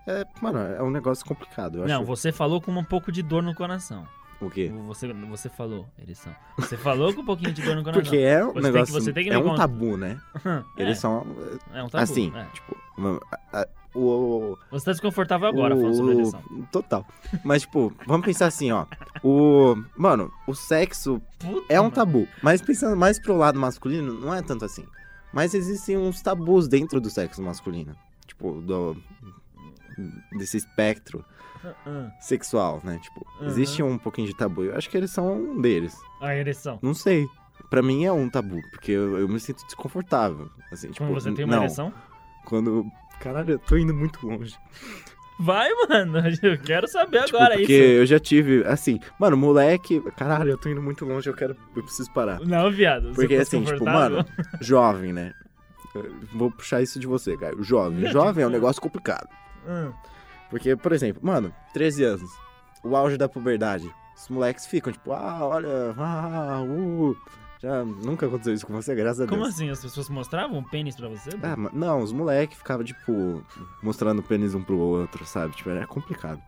[SPEAKER 1] É, mano, é um negócio complicado. Eu
[SPEAKER 2] não,
[SPEAKER 1] acho...
[SPEAKER 2] você falou com um pouco de dor no coração.
[SPEAKER 1] O quê?
[SPEAKER 2] Você, você falou, ereção. Você falou com um pouquinho de
[SPEAKER 1] *laughs*
[SPEAKER 2] dor no coração.
[SPEAKER 1] Porque é um
[SPEAKER 2] Você tem que-
[SPEAKER 1] negócio.
[SPEAKER 2] você tem que
[SPEAKER 1] é
[SPEAKER 2] me
[SPEAKER 1] um
[SPEAKER 2] contar.
[SPEAKER 1] tabu, né?
[SPEAKER 2] *laughs* É,
[SPEAKER 1] Eles são.
[SPEAKER 2] é um tabu.
[SPEAKER 1] assim,
[SPEAKER 2] é.
[SPEAKER 1] tipo. uma- a- a- O, o-
[SPEAKER 2] Você tá desconfortável agora
[SPEAKER 1] o,
[SPEAKER 2] falando sobre ereção.
[SPEAKER 1] Total. Mas, tipo, vamos pensar assim, ó. O. Mano, o sexo
[SPEAKER 2] Puta,
[SPEAKER 1] é um
[SPEAKER 2] mano.
[SPEAKER 1] tabu. Mas pensando mais pro lado masculino, não é tanto assim. Mas existem uns tabus dentro do sexo masculino. Tipo, do. Desse espectro
[SPEAKER 2] Ah,
[SPEAKER 1] sexual, né? Tipo,
[SPEAKER 2] Aham.
[SPEAKER 1] existe um pouquinho de tabu. Eu acho que eles são um deles.
[SPEAKER 2] ah. A ereção.
[SPEAKER 1] Não sei. Pra mim é um tabu, porque eu, eu me sinto desconfortável. Assim, tipo,
[SPEAKER 2] Quando você tem uma
[SPEAKER 1] não.
[SPEAKER 2] ereção?
[SPEAKER 1] Quando. Caralho, eu tô indo muito longe.
[SPEAKER 2] Vai, *laughs* mano. Eu quero saber
[SPEAKER 1] Tipo,
[SPEAKER 2] agora é
[SPEAKER 1] porque
[SPEAKER 2] isso.
[SPEAKER 1] eu já tive, assim, mano, moleque. Caralho, eu tô indo muito longe, eu quero. Eu preciso parar.
[SPEAKER 2] Não, viado. você
[SPEAKER 1] Porque
[SPEAKER 2] tá
[SPEAKER 1] assim, tipo,
[SPEAKER 2] desconfortável?
[SPEAKER 1] mano, jovem, né? Vou puxar isso de você, Caio.
[SPEAKER 2] *laughs*
[SPEAKER 1] Jovem. Jovem é um negócio complicado.
[SPEAKER 2] Hum.
[SPEAKER 1] Porque, por exemplo, mano, 13 anos. O auge da puberdade. Os moleques ficam tipo, ah, olha, ah, uh. Já nunca aconteceu isso com você, graças a Deus.
[SPEAKER 2] Como assim? As pessoas mostravam o pênis pra você?
[SPEAKER 1] Ah, ma- não, os moleques ficavam, tipo, mostrando o pênis um pro outro, sabe? Tipo, era complicado.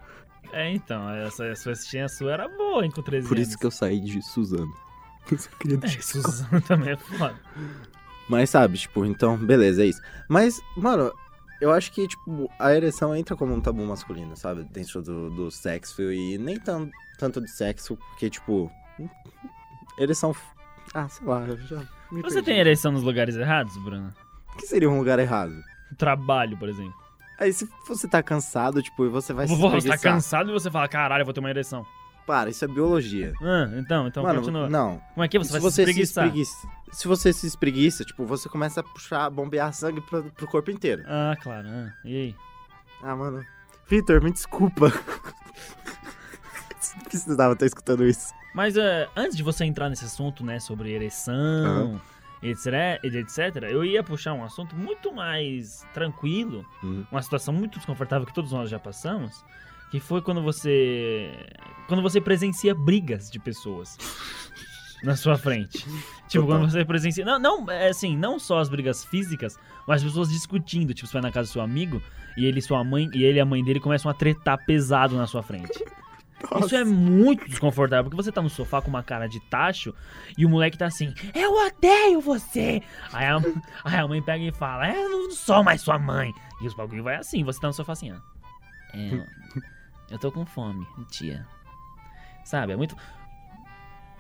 [SPEAKER 2] É, então. Essa, essa festinha sua era boa, hein, com 13
[SPEAKER 1] Por
[SPEAKER 2] anos.
[SPEAKER 1] isso que eu saí de Suzano. *laughs* Por isso que eu queria
[SPEAKER 2] *laughs* É,
[SPEAKER 1] deixar isso.
[SPEAKER 2] Suzano *laughs* também é foda.
[SPEAKER 1] Mas sabe, tipo, então, beleza, é isso. Mas, mano, eu acho que, tipo, a ereção entra como um tabu masculino, sabe? Dentro do, do sexo e nem tan- tanto de sexo, porque, tipo. Ereção. f- Ah, sei lá, eu já. Me
[SPEAKER 2] Você
[SPEAKER 1] perdi.
[SPEAKER 2] tem ereção nos lugares errados, Bruno?
[SPEAKER 1] O que seria um lugar errado?
[SPEAKER 2] Trabalho, por exemplo.
[SPEAKER 1] Aí, se você tá cansado, tipo, e você vai se
[SPEAKER 2] Você tá
[SPEAKER 1] espreguiçar-
[SPEAKER 2] cansado e você fala, caralho, eu vou ter uma ereção.
[SPEAKER 1] Para, isso é biologia.
[SPEAKER 2] Ah, então, então
[SPEAKER 1] Mano,
[SPEAKER 2] continua.
[SPEAKER 1] não.
[SPEAKER 2] Como é que você
[SPEAKER 1] se
[SPEAKER 2] vai
[SPEAKER 1] você
[SPEAKER 2] se
[SPEAKER 1] se
[SPEAKER 2] espreguiçar?
[SPEAKER 1] espreguiça, se você se espreguiça, tipo, você começa a puxar, bombear sangue pro, pro corpo inteiro.
[SPEAKER 2] Ah, claro. ah, E aí?
[SPEAKER 1] Ah, mano. Vitor, me desculpa. *laughs* Você não precisava estar escutando isso.
[SPEAKER 2] Mas eh, antes de você entrar nesse assunto, né, sobre ereção, etc, etc, eu ia puxar um assunto muito mais tranquilo,
[SPEAKER 1] Uhum.
[SPEAKER 2] uma situação muito desconfortável que todos nós já passamos, que foi quando você quando você presencia brigas de pessoas *laughs* na sua frente.
[SPEAKER 1] Total.
[SPEAKER 2] Tipo, quando você presencia, não, não, é assim, não só as brigas físicas, mas as pessoas discutindo, tipo, você vai na casa do seu amigo e ele e sua mãe e ele e a mãe dele começam a tretar pesado na sua frente. Isso é muito desconfortável, porque você tá no sofá com uma cara de tacho e o moleque tá assim, eu odeio você! Aí a, *laughs* aí a mãe pega e fala, "É, eu não sou mais sua mãe! E os bagulho vai assim, você tá no sofá assim, ó. É, eu tô com fome, tia. Sabe, é muito.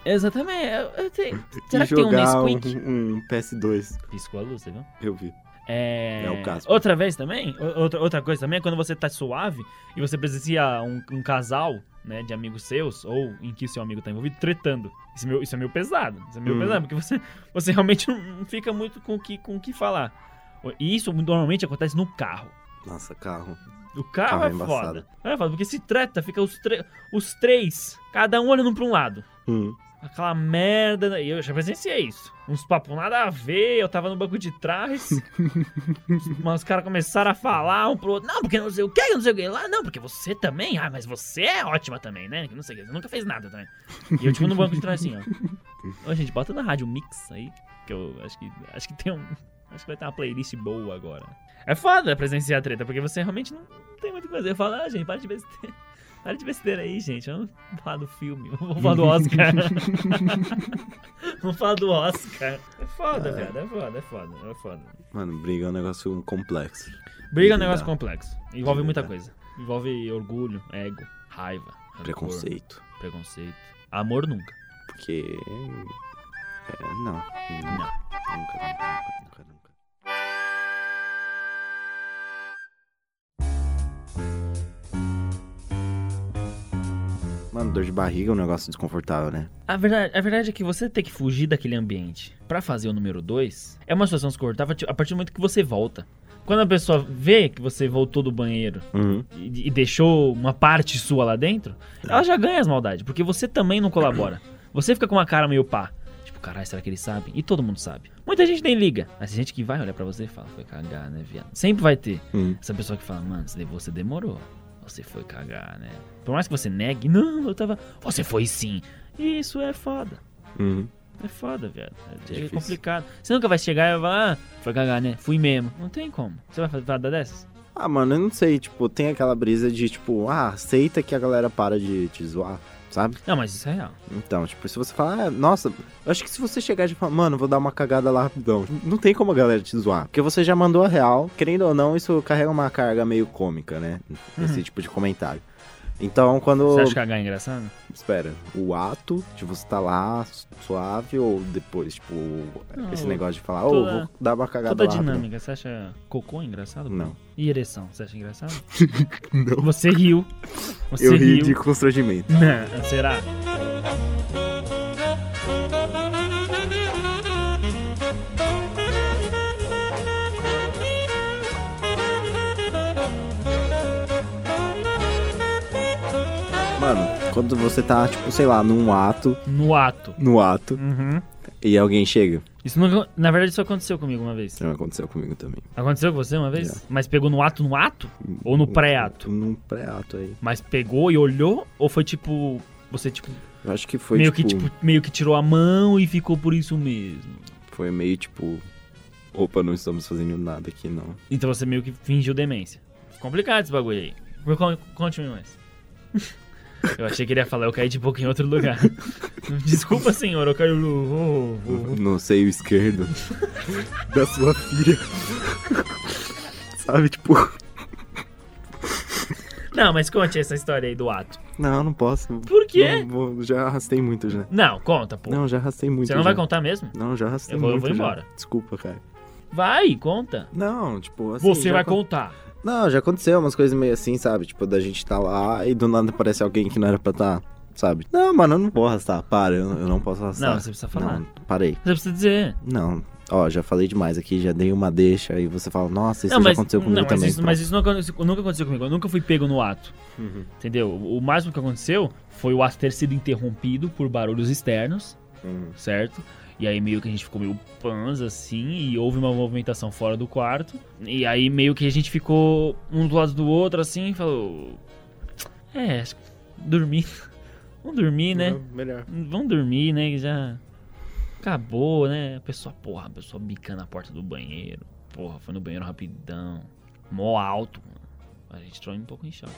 [SPEAKER 2] Exatamente, eu, eu te- Será
[SPEAKER 1] E
[SPEAKER 2] que tem um
[SPEAKER 1] jogar
[SPEAKER 2] Nesquik?
[SPEAKER 1] Um, um PS2,
[SPEAKER 2] Piscou a luz, você viu?
[SPEAKER 1] eu vi.
[SPEAKER 2] É...
[SPEAKER 1] É o caso.
[SPEAKER 2] Outra vez também, o- outra, outra coisa também é quando você tá suave e você presencia um, um casal, né, de amigos seus, ou em que o seu amigo tá envolvido, tretando. Isso é meio, isso é meio pesado. Isso é meio
[SPEAKER 1] Hum.
[SPEAKER 2] pesado, porque você, você realmente não fica muito com o que, com o que falar. E isso normalmente acontece no carro.
[SPEAKER 1] Nossa, carro.
[SPEAKER 2] O carro
[SPEAKER 1] Carro é
[SPEAKER 2] é foda.
[SPEAKER 1] embaçado.
[SPEAKER 2] É foda, porque se treta, fica os, tre- os três, cada um olhando pra um lado.
[SPEAKER 1] Hum.
[SPEAKER 2] Aquela merda. né? E eu já presenciei isso. Uns papos nada a ver, eu tava no banco de trás. mas os caras começaram a falar um pro outro. Não, porque não sei o que, não sei o que lá. Não, porque você também. Ah, mas você é ótima também, né? Não sei o que. Você nunca fez nada também. E eu, tipo, no banco de trás assim, ó. Ô, gente, bota na rádio um Mix aí. Que eu acho que. Acho que tem um. Acho que vai ter uma playlist boa agora. É foda presenciar a treta, porque você realmente não tem muito o que fazer. Fala, ah, gente, para de besteira. *laughs* Para de besteira aí, gente. Vamos falar do filme. *laughs* Vamos falar do Oscar. Vamos falar do Oscar. É foda, velho. É foda, é foda, é foda.
[SPEAKER 1] Mano, briga é um negócio complexo.
[SPEAKER 2] Briga é um
[SPEAKER 1] Não
[SPEAKER 2] negócio
[SPEAKER 1] dá.
[SPEAKER 2] complexo. Envolve
[SPEAKER 1] Não
[SPEAKER 2] muita
[SPEAKER 1] dá.
[SPEAKER 2] coisa. tá. Envolve orgulho, ego, raiva, rancor,
[SPEAKER 1] Preconceito.
[SPEAKER 2] preconceito. Amor nunca.
[SPEAKER 1] Porque. É, não. Nunca, nunca, nunca, nunca. Mano, dor de barriga é um negócio desconfortável, né?
[SPEAKER 2] A verdade, a verdade é que você ter que fugir daquele ambiente pra fazer o número 2 é uma situação desconfortável a partir do momento que você volta. Quando a pessoa vê que você voltou do banheiro
[SPEAKER 1] Uhum.
[SPEAKER 2] e, e deixou uma parte sua lá dentro, ela já ganha as maldades, porque você também não colabora. Você fica com uma cara meio pá. Tipo, caralho, será que eles sabem? E todo mundo sabe. Muita gente nem liga. Mas tem gente que vai olhar pra você e fala, foi cagar, né, viado? Sempre vai ter.
[SPEAKER 1] Hum.
[SPEAKER 2] Essa pessoa que fala, mano, você- você demorou. Você foi cagar, né? Por mais que você negue, não, eu tava. Você foi sim. Isso é foda.
[SPEAKER 1] Uhum.
[SPEAKER 2] É foda, velho. É, é
[SPEAKER 1] difícil.
[SPEAKER 2] complicado. Você nunca vai chegar e falar, ah, foi cagar, né? Fui mesmo. Não tem como. Você vai fazer parada dessas?
[SPEAKER 1] Ah, mano, eu não sei, tipo, tem aquela brisa de, tipo, ah, aceita que a galera para de te zoar, sabe?
[SPEAKER 2] Não, mas isso é real.
[SPEAKER 1] Então, tipo, se você falar, ah, nossa, eu acho que se você chegar e falar, mano, vou dar uma cagada lá rapidão, não tem como a galera te zoar. Porque você já mandou a real, querendo ou não, isso carrega uma carga meio cômica, né? Esse
[SPEAKER 2] Uhum.
[SPEAKER 1] tipo de comentário. Então, quando.
[SPEAKER 2] Você acha cagar é engraçado?
[SPEAKER 1] Espera, o ato de você tá lá suave ou depois, tipo,
[SPEAKER 2] Não,
[SPEAKER 1] esse negócio de falar, ô,
[SPEAKER 2] toda-
[SPEAKER 1] vou dar uma cagada
[SPEAKER 2] Toda
[SPEAKER 1] lá. rapidão.
[SPEAKER 2] dinâmica, você acha cocô engraçado?
[SPEAKER 1] Não.
[SPEAKER 2] E ereção, você acha engraçado?
[SPEAKER 1] *laughs* Não.
[SPEAKER 2] Você riu. Você
[SPEAKER 1] Eu ri
[SPEAKER 2] riu.
[SPEAKER 1] de constrangimento.
[SPEAKER 2] *laughs* Não, Será?
[SPEAKER 1] Mano, quando você tá, tipo, sei lá, num ato,
[SPEAKER 2] No ato.
[SPEAKER 1] no ato,
[SPEAKER 2] Uhum.
[SPEAKER 1] e alguém chega
[SPEAKER 2] Isso não, na verdade, isso aconteceu comigo uma vez.
[SPEAKER 1] Não aconteceu comigo também.
[SPEAKER 2] Aconteceu com você uma vez?
[SPEAKER 1] É.
[SPEAKER 2] Mas pegou no ato no ato? Ou no
[SPEAKER 1] Um-
[SPEAKER 2] pré-ato?
[SPEAKER 1] Num pré-ato aí.
[SPEAKER 2] Mas pegou e olhou? Ou foi tipo. Você, tipo,
[SPEAKER 1] Eu acho que foi
[SPEAKER 2] meio
[SPEAKER 1] tipo,
[SPEAKER 2] que tipo, meio que tirou a mão e ficou por isso mesmo.
[SPEAKER 1] Foi meio tipo. Opa, não estamos fazendo nada aqui, não.
[SPEAKER 2] Então você meio que fingiu demência. Complicado esse bagulho aí. Mas con- Conte-me mais. Eu achei que ele ia falar, eu caí de boca em outro
[SPEAKER 1] *laughs*
[SPEAKER 2] lugar. Desculpa, senhor, eu caí. oh, oh, oh.
[SPEAKER 1] No seio esquerdo *laughs* da sua filha. *laughs* Sabe, tipo.
[SPEAKER 2] Não, mas conte essa história aí do ato.
[SPEAKER 1] Não, não posso.
[SPEAKER 2] Por quê?
[SPEAKER 1] Não vou- já arrastei muito já.
[SPEAKER 2] Não, conta, pô.
[SPEAKER 1] Não, já arrastei muito.
[SPEAKER 2] você não vai
[SPEAKER 1] já.
[SPEAKER 2] contar mesmo?
[SPEAKER 1] Não, já arrastei
[SPEAKER 2] Eu vou- eu
[SPEAKER 1] muito.
[SPEAKER 2] vou
[SPEAKER 1] já.
[SPEAKER 2] embora.
[SPEAKER 1] Desculpa, cara.
[SPEAKER 2] Vai, conta.
[SPEAKER 1] Não, tipo, assim.
[SPEAKER 2] Você
[SPEAKER 1] já
[SPEAKER 2] vai
[SPEAKER 1] acon-
[SPEAKER 2] contar.
[SPEAKER 1] Não, já aconteceu umas coisas meio assim, sabe? Tipo, da gente tá lá e do nada aparece alguém que não era pra tá, sabe? Não, mano, eu não vou arrastar. Para, eu, eu não posso arrastar.
[SPEAKER 2] Não, você precisa falar.
[SPEAKER 1] Não, parei.
[SPEAKER 2] Você precisa dizer.
[SPEAKER 1] Não, ó, já falei demais aqui, já dei uma deixa e você fala, nossa, isso
[SPEAKER 2] não,
[SPEAKER 1] já
[SPEAKER 2] mas,
[SPEAKER 1] aconteceu comigo
[SPEAKER 2] não,
[SPEAKER 1] também. tá?
[SPEAKER 2] Mas isso, mas isso nunca, isso nunca aconteceu comigo. Eu nunca fui pego no ato.
[SPEAKER 1] Uhum.
[SPEAKER 2] Entendeu? O máximo que aconteceu foi o ato ter sido interrompido por barulhos externos,
[SPEAKER 1] Hum.
[SPEAKER 2] certo? E aí meio que a gente ficou meio panza assim, e houve uma movimentação fora do quarto. E aí meio que a gente ficou um do lado do outro assim e falou. É, acho que *laughs* dormir. Vamos dormir, né?
[SPEAKER 1] Melhor.
[SPEAKER 2] Vamos dormir, né? Que já acabou, né? A pessoa, porra, a pessoa bica na porta do banheiro. Porra, foi no banheiro rapidão. Mó alto, mano. A gente entrou um pouco em choque.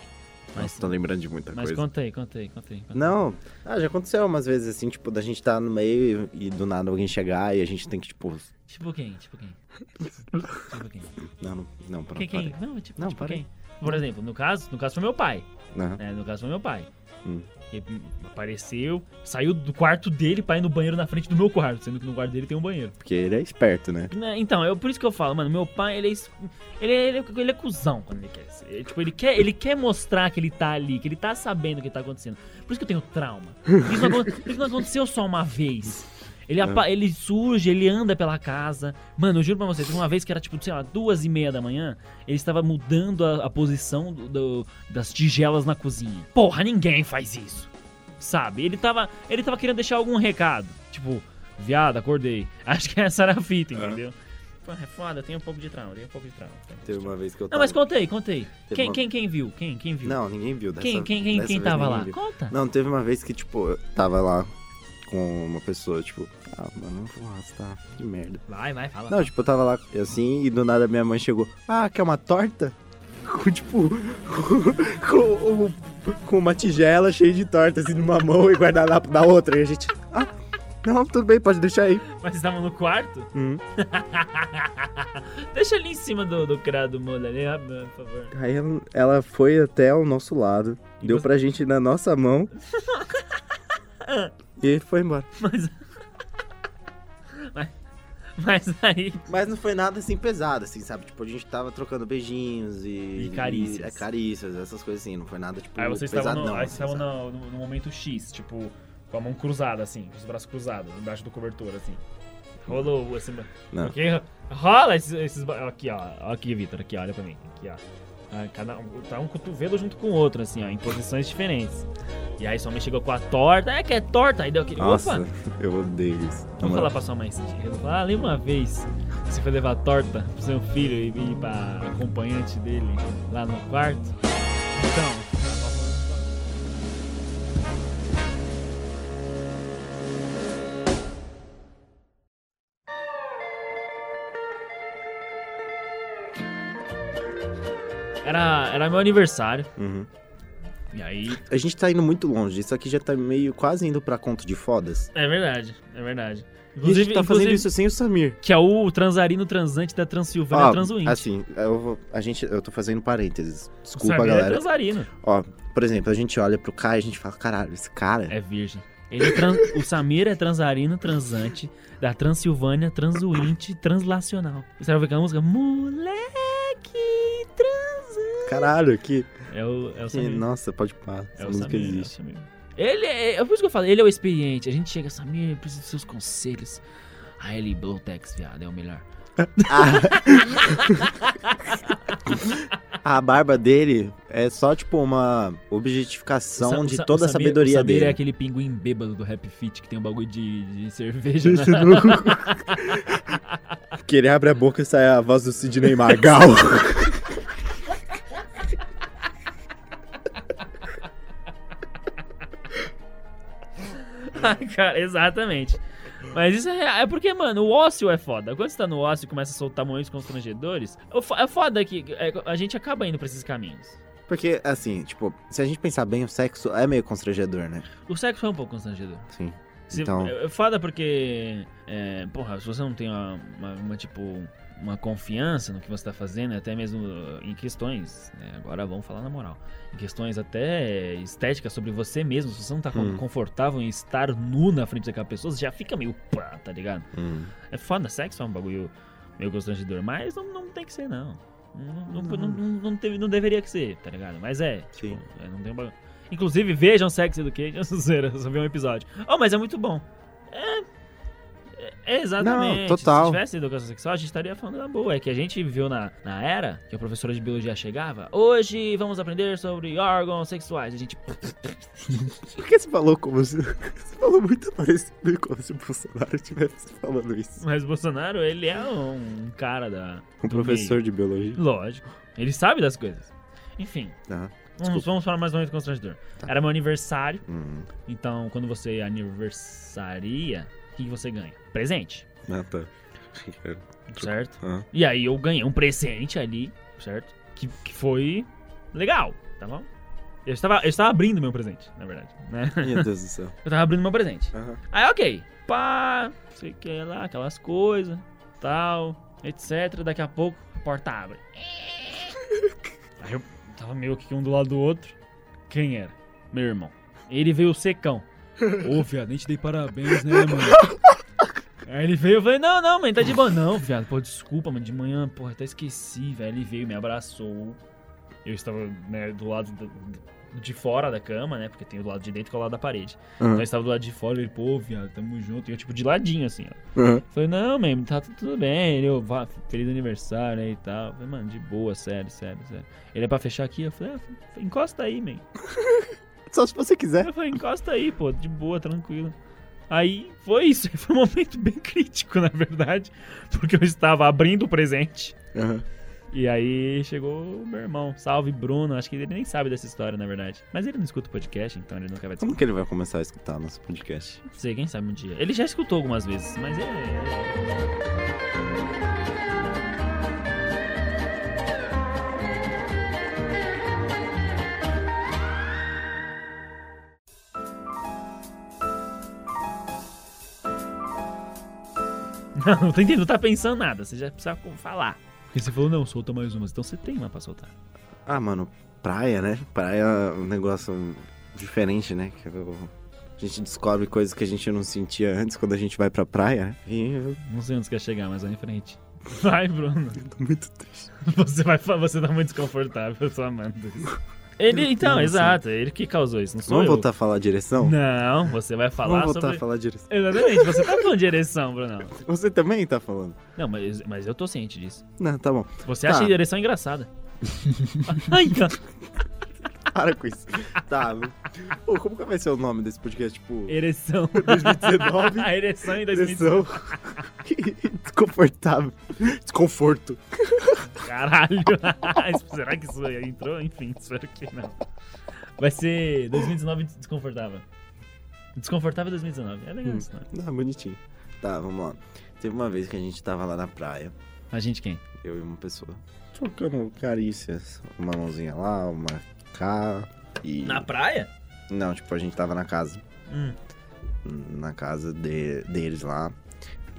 [SPEAKER 2] Mas,
[SPEAKER 1] Nossa, tô lembrando de muita
[SPEAKER 2] mas
[SPEAKER 1] coisa.
[SPEAKER 2] conta aí, conta aí, conta aí. conta aí.
[SPEAKER 1] Não, ah, já aconteceu umas vezes assim, tipo, da gente tá no meio e, e do nada alguém chegar e a gente tem que, tipo,
[SPEAKER 2] Tipo quem? Tipo quem? tipo quem?
[SPEAKER 1] não, não, não pronto,
[SPEAKER 2] Quem, quem?
[SPEAKER 1] parei.
[SPEAKER 2] Não, tipo,
[SPEAKER 1] Não,
[SPEAKER 2] tipo
[SPEAKER 1] parei.
[SPEAKER 2] quem? Por exemplo, no caso, no caso foi meu pai.
[SPEAKER 1] Não.
[SPEAKER 2] né? No caso foi meu pai.
[SPEAKER 1] Hum.
[SPEAKER 2] Ele apareceu, saiu do quarto dele pra ir no banheiro na frente do meu quarto, sendo que no quarto dele tem um banheiro.
[SPEAKER 1] Porque ele é esperto, né?
[SPEAKER 2] Né, Então, eu, por isso que eu falo, mano, meu pai, ele é, es- ele, é- ele, é- ele é cuzão quando ele quer ser. Ele, tipo, ele quer, ele quer mostrar que ele tá ali, que ele tá sabendo o que tá acontecendo. Por isso que eu tenho trauma. Por isso não, acon- por isso não aconteceu só uma vez. Ele,
[SPEAKER 1] É.
[SPEAKER 2] apa- ele surge, ele anda pela casa. Mano, eu juro pra vocês, teve uma vez que era tipo, sei lá, duas e meia da manhã, ele estava mudando a, a posição do- do- das tigelas na cozinha. Porra, ninguém faz isso. Sabe? Ele tava, ele tava querendo deixar algum recado. Tipo, viado, acordei. *laughs* Acho que essa era a
[SPEAKER 1] É.
[SPEAKER 2] fita, entendeu? Pô, É foda, eu tenho um pouco de trauma, eu tenho um pouco de trauma. eu tenho um pouco de
[SPEAKER 1] Teve
[SPEAKER 2] trauma.
[SPEAKER 1] uma vez que eu
[SPEAKER 2] Não,
[SPEAKER 1] tava...
[SPEAKER 2] mas conta aí, conta aí.
[SPEAKER 1] Teve
[SPEAKER 2] Quem,
[SPEAKER 1] uma-
[SPEAKER 2] quem, quem viu? Quem, quem viu?
[SPEAKER 1] Não, ninguém viu dessa
[SPEAKER 2] quem, quem, quem,
[SPEAKER 1] dessa
[SPEAKER 2] quem
[SPEAKER 1] vez
[SPEAKER 2] tava
[SPEAKER 1] ninguém
[SPEAKER 2] lá?
[SPEAKER 1] viu.
[SPEAKER 2] Conta.
[SPEAKER 1] Não, teve uma vez que, tipo, eu tava lá com uma pessoa, tipo, ah, mano, eu vou arrastar, que merda.
[SPEAKER 2] Vai, vai, fala.
[SPEAKER 1] Não, tipo, eu tava lá assim e do nada minha mãe chegou. Ah, quer uma torta? *laughs* Com, tipo, *laughs* com, com uma tigela cheia de torta, assim, numa mão e guardanapo na outra. E a gente, ah, não, tudo bem, pode deixar aí.
[SPEAKER 2] Mas vocês estavam no quarto?
[SPEAKER 1] Hum.
[SPEAKER 2] *laughs* Deixa ali em cima do, do criado mudo ali, ah, por favor. *laughs*
[SPEAKER 1] Aí ela- ela foi até o nosso lado,
[SPEAKER 2] E
[SPEAKER 1] deu
[SPEAKER 2] você-
[SPEAKER 1] pra gente na nossa mão e foi embora.
[SPEAKER 2] Mas... mas... Mas aí...
[SPEAKER 1] Mas não foi nada assim pesado, assim, sabe? Tipo, a gente tava trocando beijinhos e.
[SPEAKER 2] E carícias.
[SPEAKER 1] e- é, carícias, essas coisas assim, não foi nada tipo.
[SPEAKER 2] Aí vocês
[SPEAKER 1] pesado,
[SPEAKER 2] estavam no,
[SPEAKER 1] não,
[SPEAKER 2] aí vocês
[SPEAKER 1] assim,
[SPEAKER 2] estavam no, no- no momento X, tipo, com a mão cruzada, assim, com os braços cruzados, embaixo do cobertor, assim. Rolou esse.
[SPEAKER 1] Não.
[SPEAKER 2] Porque rola esses, esses. ba- Aqui, ó. Aqui, Vitor, aqui, olha pra mim. Aqui, ó. Ah, Cada um, tá um cotovelo junto com o outro, assim, ó, em posições diferentes. E aí sua mãe chegou com a torta, é que é torta, aí deu aquele.
[SPEAKER 1] Nossa,
[SPEAKER 2] Opa!
[SPEAKER 1] eu odeio isso. Na
[SPEAKER 2] Vamos
[SPEAKER 1] moral.
[SPEAKER 2] falar pra sua mãe esse dia. Eu vou falar, ah, lembra uma vez que você foi levar torta pro seu filho e vir pra acompanhante dele lá no quarto? Então. Era, era meu aniversário.
[SPEAKER 1] Uhum.
[SPEAKER 2] E aí.
[SPEAKER 1] A gente tá indo muito longe, isso aqui já tá meio quase indo pra conto de fodas.
[SPEAKER 2] É verdade, é verdade.
[SPEAKER 1] E a gente tá fazendo
[SPEAKER 2] inclusive-
[SPEAKER 1] isso sem o Samir.
[SPEAKER 2] Que é o transarino transante da Transilvânia
[SPEAKER 1] Ó,
[SPEAKER 2] Transuinte.
[SPEAKER 1] assim, eu vou- a gente, eu tô fazendo parênteses.
[SPEAKER 2] O
[SPEAKER 1] Desculpa,
[SPEAKER 2] Samir É
[SPEAKER 1] galera.
[SPEAKER 2] transarino.
[SPEAKER 1] Ó, por exemplo, a gente olha pro Kai e a gente fala, caralho, esse cara
[SPEAKER 2] É virgem. Ele é trans- o Samir é transarino transante da Transilvânia Transuinte Translacional. Você vai ver aquela música? Moleque transante.
[SPEAKER 1] caralho, que,
[SPEAKER 2] É o, é o
[SPEAKER 1] que-
[SPEAKER 2] Samir.
[SPEAKER 1] nossa, pode parar. Essa
[SPEAKER 2] É o
[SPEAKER 1] música
[SPEAKER 2] Samir, é o
[SPEAKER 1] existe.
[SPEAKER 2] Samir. Ele é, é por isso que eu falo, ele é o experiente. A gente chega, Samir, eu preciso dos seus conselhos. Aí ele, Blowtex, viado, é o melhor.
[SPEAKER 1] A barba dele é só, tipo, uma
[SPEAKER 8] O Sa-
[SPEAKER 1] objetificação
[SPEAKER 8] o
[SPEAKER 1] de
[SPEAKER 8] Sa-
[SPEAKER 1] toda
[SPEAKER 8] o
[SPEAKER 1] a
[SPEAKER 8] Samir-
[SPEAKER 1] sabedoria
[SPEAKER 8] o Samir
[SPEAKER 1] dele.
[SPEAKER 8] é aquele pinguim bêbado do Happy Fit que tem um bagulho de, de
[SPEAKER 1] *laughs*
[SPEAKER 8] cerveja.
[SPEAKER 2] né?
[SPEAKER 8] na-
[SPEAKER 1] Que ele abre a boca e sai a voz do Sidney Magal.
[SPEAKER 2] *laughs* Cara, exatamente. Mas isso é, real. é porque, mano, o ócio é foda. Quando você tá no ócio e começa a soltar momentos constrangedores, o fo- é foda que é, a gente acaba indo pra esses caminhos.
[SPEAKER 1] *laughs* Porque, assim, tipo, se a gente pensar bem, o sexo é meio constrangedor, né?
[SPEAKER 2] O sexo é um pouco constrangedor.
[SPEAKER 1] Sim.
[SPEAKER 2] Se,
[SPEAKER 1] Então-
[SPEAKER 2] é, é foda porque, é, porra, se você não tem uma, uma- uma, tipo, uma confiança no que você tá fazendo, até mesmo uh, em questões, né, agora vamos falar na moral, em questões até estéticas sobre você mesmo, se você não tá con-
[SPEAKER 1] Hum.
[SPEAKER 2] confortável em estar nu na frente daquela pessoa, você já fica meio pá, tá ligado?
[SPEAKER 1] hum.
[SPEAKER 2] É foda, sexo é um bagulho meio constrangedor, mas não, não tem que ser, não. Não, não, não, não- não teve- não deveria que ser, tá ligado? Mas é, tipo,
[SPEAKER 1] Sim.
[SPEAKER 2] é, não tem um bagulho. Inclusive, vejam Sex Education, *laughs* zoeira, eu só vi um episódio. Oh, mas é muito bom. É, é- é
[SPEAKER 1] Não,
[SPEAKER 2] exatamente.
[SPEAKER 1] total.
[SPEAKER 2] Se tivesse educação sexual, a gente estaria falando na boa. É que a gente viu na, na era que a professora de biologia chegava. Hoje vamos aprender sobre órgãos sexuais. A gente.
[SPEAKER 1] Por que você falou como se. *laughs* Você falou muito parecido como se o Bolsonaro estivesse falando isso.
[SPEAKER 2] Mas Bolsonaro, ele é um cara da.
[SPEAKER 1] Um
[SPEAKER 2] do meio.
[SPEAKER 1] professor de biologia.
[SPEAKER 2] Lógico. Ele sabe das coisas. Enfim,
[SPEAKER 1] Tá.
[SPEAKER 2] vamos, vamos falar mais um momento constrangedor.
[SPEAKER 1] Tá.
[SPEAKER 2] Era meu aniversário,
[SPEAKER 1] Hum.
[SPEAKER 2] então quando você aniversaria, o que que você ganha? Presente,
[SPEAKER 1] Ah, *laughs* tá.
[SPEAKER 2] certo?
[SPEAKER 1] Ah.
[SPEAKER 2] E aí eu ganhei um presente ali, certo? Que, que foi legal, tá bom? Eu estava, eu estava abrindo meu presente, na verdade, né?
[SPEAKER 1] Meu Deus do céu.
[SPEAKER 2] Eu estava abrindo meu presente.
[SPEAKER 1] Aham.
[SPEAKER 2] Aí, ok. Pá, não sei o que lá, aquelas coisas, tal, etc. Daqui a pouco, a porta abre. Aí eu tava meio que um do lado do outro. Quem era? Meu irmão. Ele veio secão.
[SPEAKER 8] Ô, viado, nem te dei parabéns, né, mano?
[SPEAKER 2] Aí ele veio, eu falei, não, não, mãe, tá de boa. Não, viado, pô, desculpa, mano, de manhã, porra, até esqueci, velho. Ele veio, me abraçou. Eu estava, né, do lado do- do- de fora da cama, né, porque tem o do lado de dentro que é o lado da parede. Então eu estava do lado de fora, ele, pô, viado, tamo junto. E eu, tipo, de ladinho, assim, ó.
[SPEAKER 1] Aham.
[SPEAKER 2] Falei, não, man, tá tu- tudo bem. Ele, eu, vá, feliz aniversário aí e tal. Falei, mano, de boa, sério, sério, sério. Ele é pra fechar aqui? Eu falei, ah, encosta aí, man.
[SPEAKER 1] Só se você quiser.
[SPEAKER 2] Eu falei, encosta aí, pô, de boa, tranquilo. Aí foi isso, *laughs* foi um momento bem crítico, na verdade, porque eu estava abrindo o presente.
[SPEAKER 1] Aham.
[SPEAKER 2] E aí chegou o meu irmão, salve Bruno, acho que ele nem sabe dessa história, na verdade. Mas ele não escuta o podcast, então ele nunca
[SPEAKER 1] Como
[SPEAKER 2] vai descobrir.
[SPEAKER 1] que ele vai começar a escutar nosso podcast?
[SPEAKER 2] Não sei, quem sabe um dia. Ele já escutou algumas vezes, mas é... Não, não tô entendendo, não tá pensando nada. Você já precisa co- falar. Porque você falou, não, solta mais umas. Então você tem uma pra soltar.
[SPEAKER 1] Ah, mano, praia, né? Praia é um negócio diferente, né? Que eu- A gente descobre coisas que a gente não sentia antes quando a gente vai pra praia. né? E eu
[SPEAKER 2] Não sei onde você quer chegar, mas vai em frente. Vai, Bruno.
[SPEAKER 1] tô muito triste.
[SPEAKER 2] *laughs* Você vai fa- você tá muito desconfortável, eu só amando isso. Ele, então,
[SPEAKER 1] Nossa.
[SPEAKER 2] exato, ele que causou isso, não sou
[SPEAKER 1] Vamos
[SPEAKER 2] eu.
[SPEAKER 1] voltar a falar a direção?
[SPEAKER 2] Não, você vai falar
[SPEAKER 1] Vamos voltar
[SPEAKER 2] sobre...
[SPEAKER 1] a falar a direção.
[SPEAKER 2] Exatamente, você tá falando de ereção, Bruno.
[SPEAKER 1] Você também tá falando?
[SPEAKER 2] Não, mas, mas eu tô ciente disso.
[SPEAKER 1] Não, tá bom.
[SPEAKER 2] Você
[SPEAKER 1] Tá.
[SPEAKER 2] acha a ereção engraçada. *laughs* Ai, tá.
[SPEAKER 1] Para com isso. Tá. Pô, como que vai ser o nome desse podcast? Tipo,
[SPEAKER 2] Ereção.
[SPEAKER 1] 2019? *laughs*
[SPEAKER 2] *laughs* A ereção em 2019.
[SPEAKER 1] Depressão. Que *laughs* Desconfortável. Desconforto.
[SPEAKER 2] Caralho! *laughs* Será que isso entrou? Enfim, espero que não. Vai ser 2019 desconfortável. Desconfortável 2019. É legal isso, né?
[SPEAKER 1] Ah, bonitinho. Tá, vamos lá. Teve uma vez que a gente tava lá na praia,
[SPEAKER 2] A gente quem?
[SPEAKER 1] eu e uma pessoa, trocando carícias. Uma mãozinha lá, uma cá. E...
[SPEAKER 2] Na praia?
[SPEAKER 1] Não, tipo, a gente tava na casa.
[SPEAKER 2] Hum. Ah,
[SPEAKER 1] Na casa de- deles lá.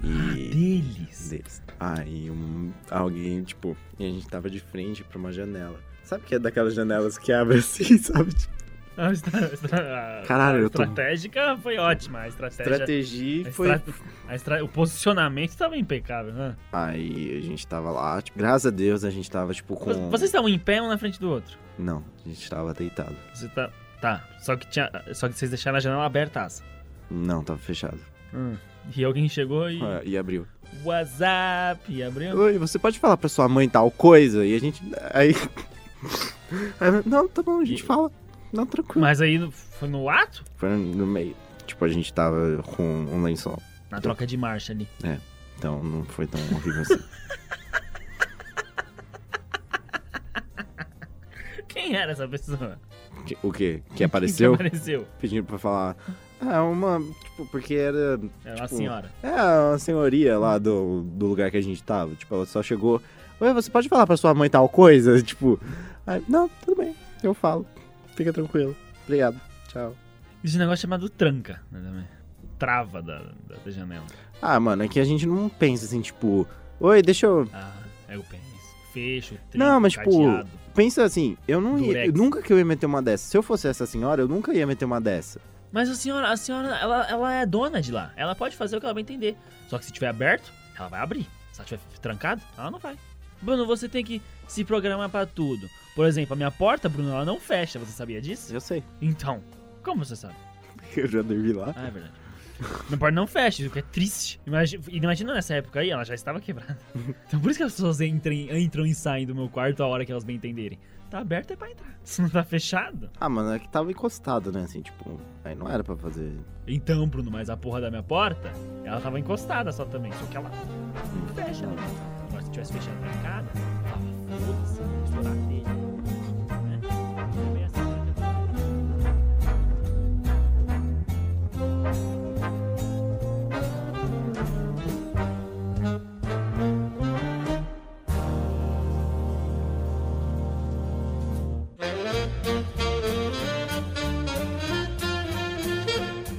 [SPEAKER 1] E.
[SPEAKER 2] Deles.
[SPEAKER 1] deles. Aí um, alguém, tipo, e a gente tava de frente pra uma janela. Sabe que é daquelas janelas que abre assim, *laughs* sabe? Tipo,
[SPEAKER 2] Ah, está- está- a-
[SPEAKER 1] Caralho,
[SPEAKER 2] a
[SPEAKER 1] eu tô-
[SPEAKER 2] estratégica foi ótima. A estratégia.
[SPEAKER 1] estratégia
[SPEAKER 2] a
[SPEAKER 1] foi.
[SPEAKER 2] estra- a estra- O posicionamento estava impecável, né?
[SPEAKER 1] Aí a gente tava lá, tipo, graças a Deus a gente tava, tipo, com.
[SPEAKER 2] Vocês estavam em pé um na frente do outro.
[SPEAKER 1] Não, a gente tava deitado.
[SPEAKER 2] Você tá. Tá. Só que, tinha... Só que vocês deixaram a janela aberta. asa.
[SPEAKER 1] Não, tava fechado.
[SPEAKER 2] Hum. E alguém chegou e.
[SPEAKER 1] Ah, e abriu.
[SPEAKER 2] WhatsApp! E abriu.
[SPEAKER 1] Oi, você pode falar pra sua mãe tal coisa? E a gente. Aí. *laughs* Aí, não, tá bom, a gente fala. Não, tranquilo.
[SPEAKER 2] Mas aí no- foi no ato?
[SPEAKER 1] Foi no meio. Tipo, a gente tava com um lençol.
[SPEAKER 2] Na troca de marcha ali.
[SPEAKER 1] Então não foi tão horrível assim.
[SPEAKER 2] Quem era essa pessoa?
[SPEAKER 1] Que- O quê? Que
[SPEAKER 2] Quem
[SPEAKER 1] apareceu?
[SPEAKER 2] que apareceu?
[SPEAKER 1] Pedindo pra falar. Ah, uma. Tipo, porque era.
[SPEAKER 2] Era uma
[SPEAKER 1] Tipo,
[SPEAKER 2] senhora.
[SPEAKER 1] É, a senhoria lá do, do lugar que a gente tava. Tipo, ela só chegou. Ué, você pode falar pra sua mãe tal coisa? *laughs* Tipo, aí, não, tudo bem, eu falo. Fica tranquilo. Obrigado. Tchau.
[SPEAKER 2] Existe um negócio chamado tranca, né, também. Trava da, da, da janela.
[SPEAKER 1] Ah, mano, é que a gente não pensa assim, tipo, oi, deixa eu.
[SPEAKER 2] Ah, é o pênis. Fecho, trinco,
[SPEAKER 1] Não, mas, tipo,
[SPEAKER 2] cadeado.
[SPEAKER 1] Pensa assim, eu não ia.
[SPEAKER 2] Durex.
[SPEAKER 1] eu- nunca que eu ia meter uma dessa. Se eu fosse essa senhora, eu nunca ia meter uma dessa.
[SPEAKER 2] Mas a senhora, a senhora, ela, ela é dona de lá. Ela pode fazer o que ela bem entender. Só que se tiver aberto, ela vai abrir. Se ela tiver trancado, ela não vai. Bruno, você tem que se programar pra tudo. Por exemplo, a minha porta, Bruno, ela não fecha. Você sabia disso?
[SPEAKER 1] Eu sei. *laughs*
[SPEAKER 2] Então, como você sabe?
[SPEAKER 1] Eu já dormi lá.
[SPEAKER 2] Ah, é verdade. *laughs* Minha porta não fecha, o que é triste. Imagina, imagina nessa época aí, ela já estava *laughs* quebrada. Então por isso que as pessoas entrem, entram e saem do meu quarto a hora que elas bem entenderem. Tá aberto é pra entrar. *laughs* Se não tá fechado,
[SPEAKER 1] Ah, mano, é que tava encostado, né? Assim, tipo, aí não era pra fazer.
[SPEAKER 2] Então, Bruno, mas a porra da minha porta, ela tava encostada só também. Só que ela não fecha, né? Agora, se tivesse fechado a escada, tava Ah, foda-se, vou estourar a telha. Né? É bem assim, né?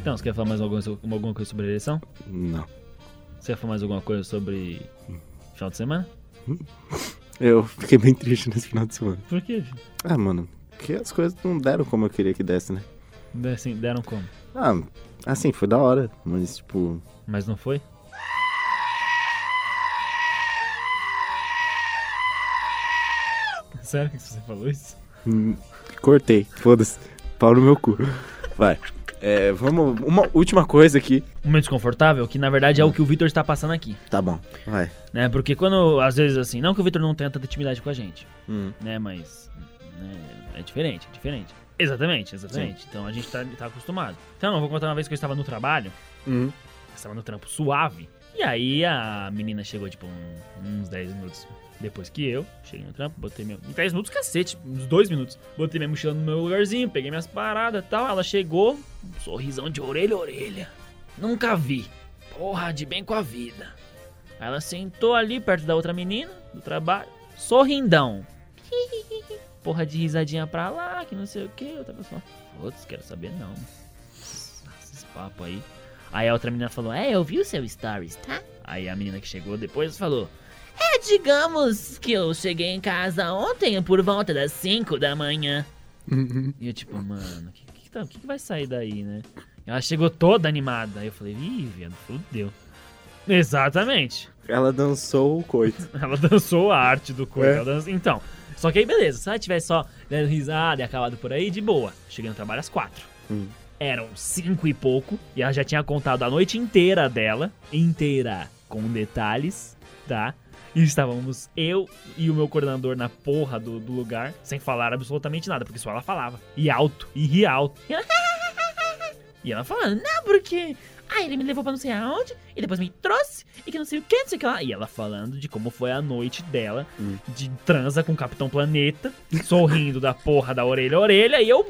[SPEAKER 2] Então, você quer falar mais alguma, so- alguma coisa sobre a eleição?
[SPEAKER 1] Não.
[SPEAKER 2] Você quer falar mais alguma coisa sobre final de semana?
[SPEAKER 1] Eu fiquei bem triste nesse final de semana.
[SPEAKER 2] Por quê? filho?
[SPEAKER 1] Ah, mano, porque as coisas não deram como eu queria que desse, né?
[SPEAKER 2] Deu Assim, deram como?
[SPEAKER 1] Ah, assim, foi da hora, mas tipo.
[SPEAKER 2] Mas não foi? Sério que você falou isso?
[SPEAKER 1] hum, Cortei, foda-se. Pau no meu cu. *laughs* Vai. É, vamos. Uma última coisa aqui.
[SPEAKER 2] Um momento desconfortável, que na verdade é o que o Vitor está passando aqui,
[SPEAKER 1] Tá bom, vai.
[SPEAKER 2] né? Porque quando, às vezes, assim, não que o Vitor não tenha tanta intimidade com a gente,
[SPEAKER 1] Hum.
[SPEAKER 2] né? Mas né, é diferente, é diferente. Exatamente, exatamente. Então a gente tá, tá acostumado. Então, eu vou contar uma vez que eu estava no trabalho,
[SPEAKER 1] Hum.
[SPEAKER 2] eu estava no trampo suave, e aí a menina chegou, tipo, um- uns 10 minutos depois que eu. Cheguei no trampo, botei meu... em 10 minutos, cacete, uns 2 minutos. Botei minha mochila no meu lugarzinho, peguei minhas paradas e tal. Ela chegou, um sorrisão de orelha a orelha. Nunca vi. Porra, de bem com a vida. Aí Ela sentou ali perto da outra menina do trabalho, sorrindão. *laughs* Porra de risadinha pra lá, que não sei o que. Outra pessoa, foda-se, quero saber não. Esses papos aí. Aí a outra menina falou, é, eu vi o seu stories, tá? Aí a menina que chegou depois falou, é, digamos que eu cheguei em casa ontem por volta das 5 da manhã. E eu tipo, mano, o que, que, tá- que que vai sair daí, né? Ela chegou toda animada. Aí eu falei, ih, viado, fudeu. Exatamente.
[SPEAKER 1] Ela dançou o coito.
[SPEAKER 2] *laughs* Ela dançou a arte do corpo.
[SPEAKER 1] É.
[SPEAKER 2] ela dança- Então, só que aí beleza, se ela tivesse só dando risada e acabado por aí, de boa. Cheguei no trabalho às quatro.
[SPEAKER 1] Hum.
[SPEAKER 2] Eram cinco e pouco, e ela já tinha contado a noite inteira dela, inteira, com detalhes, tá? E estávamos eu e o meu coordenador na porra do, do lugar, sem falar absolutamente nada, porque só ela falava. E alto, e ria alto. E ela, e ela falando, não, porque. Ah, ele me levou pra não sei aonde, e depois me trouxe, e que não sei o que, não sei o que lá. E ela falando de como foi a noite dela,
[SPEAKER 1] Hum.
[SPEAKER 2] de transa com o Capitão Planeta, sorrindo da porra da orelha a orelha, e eu,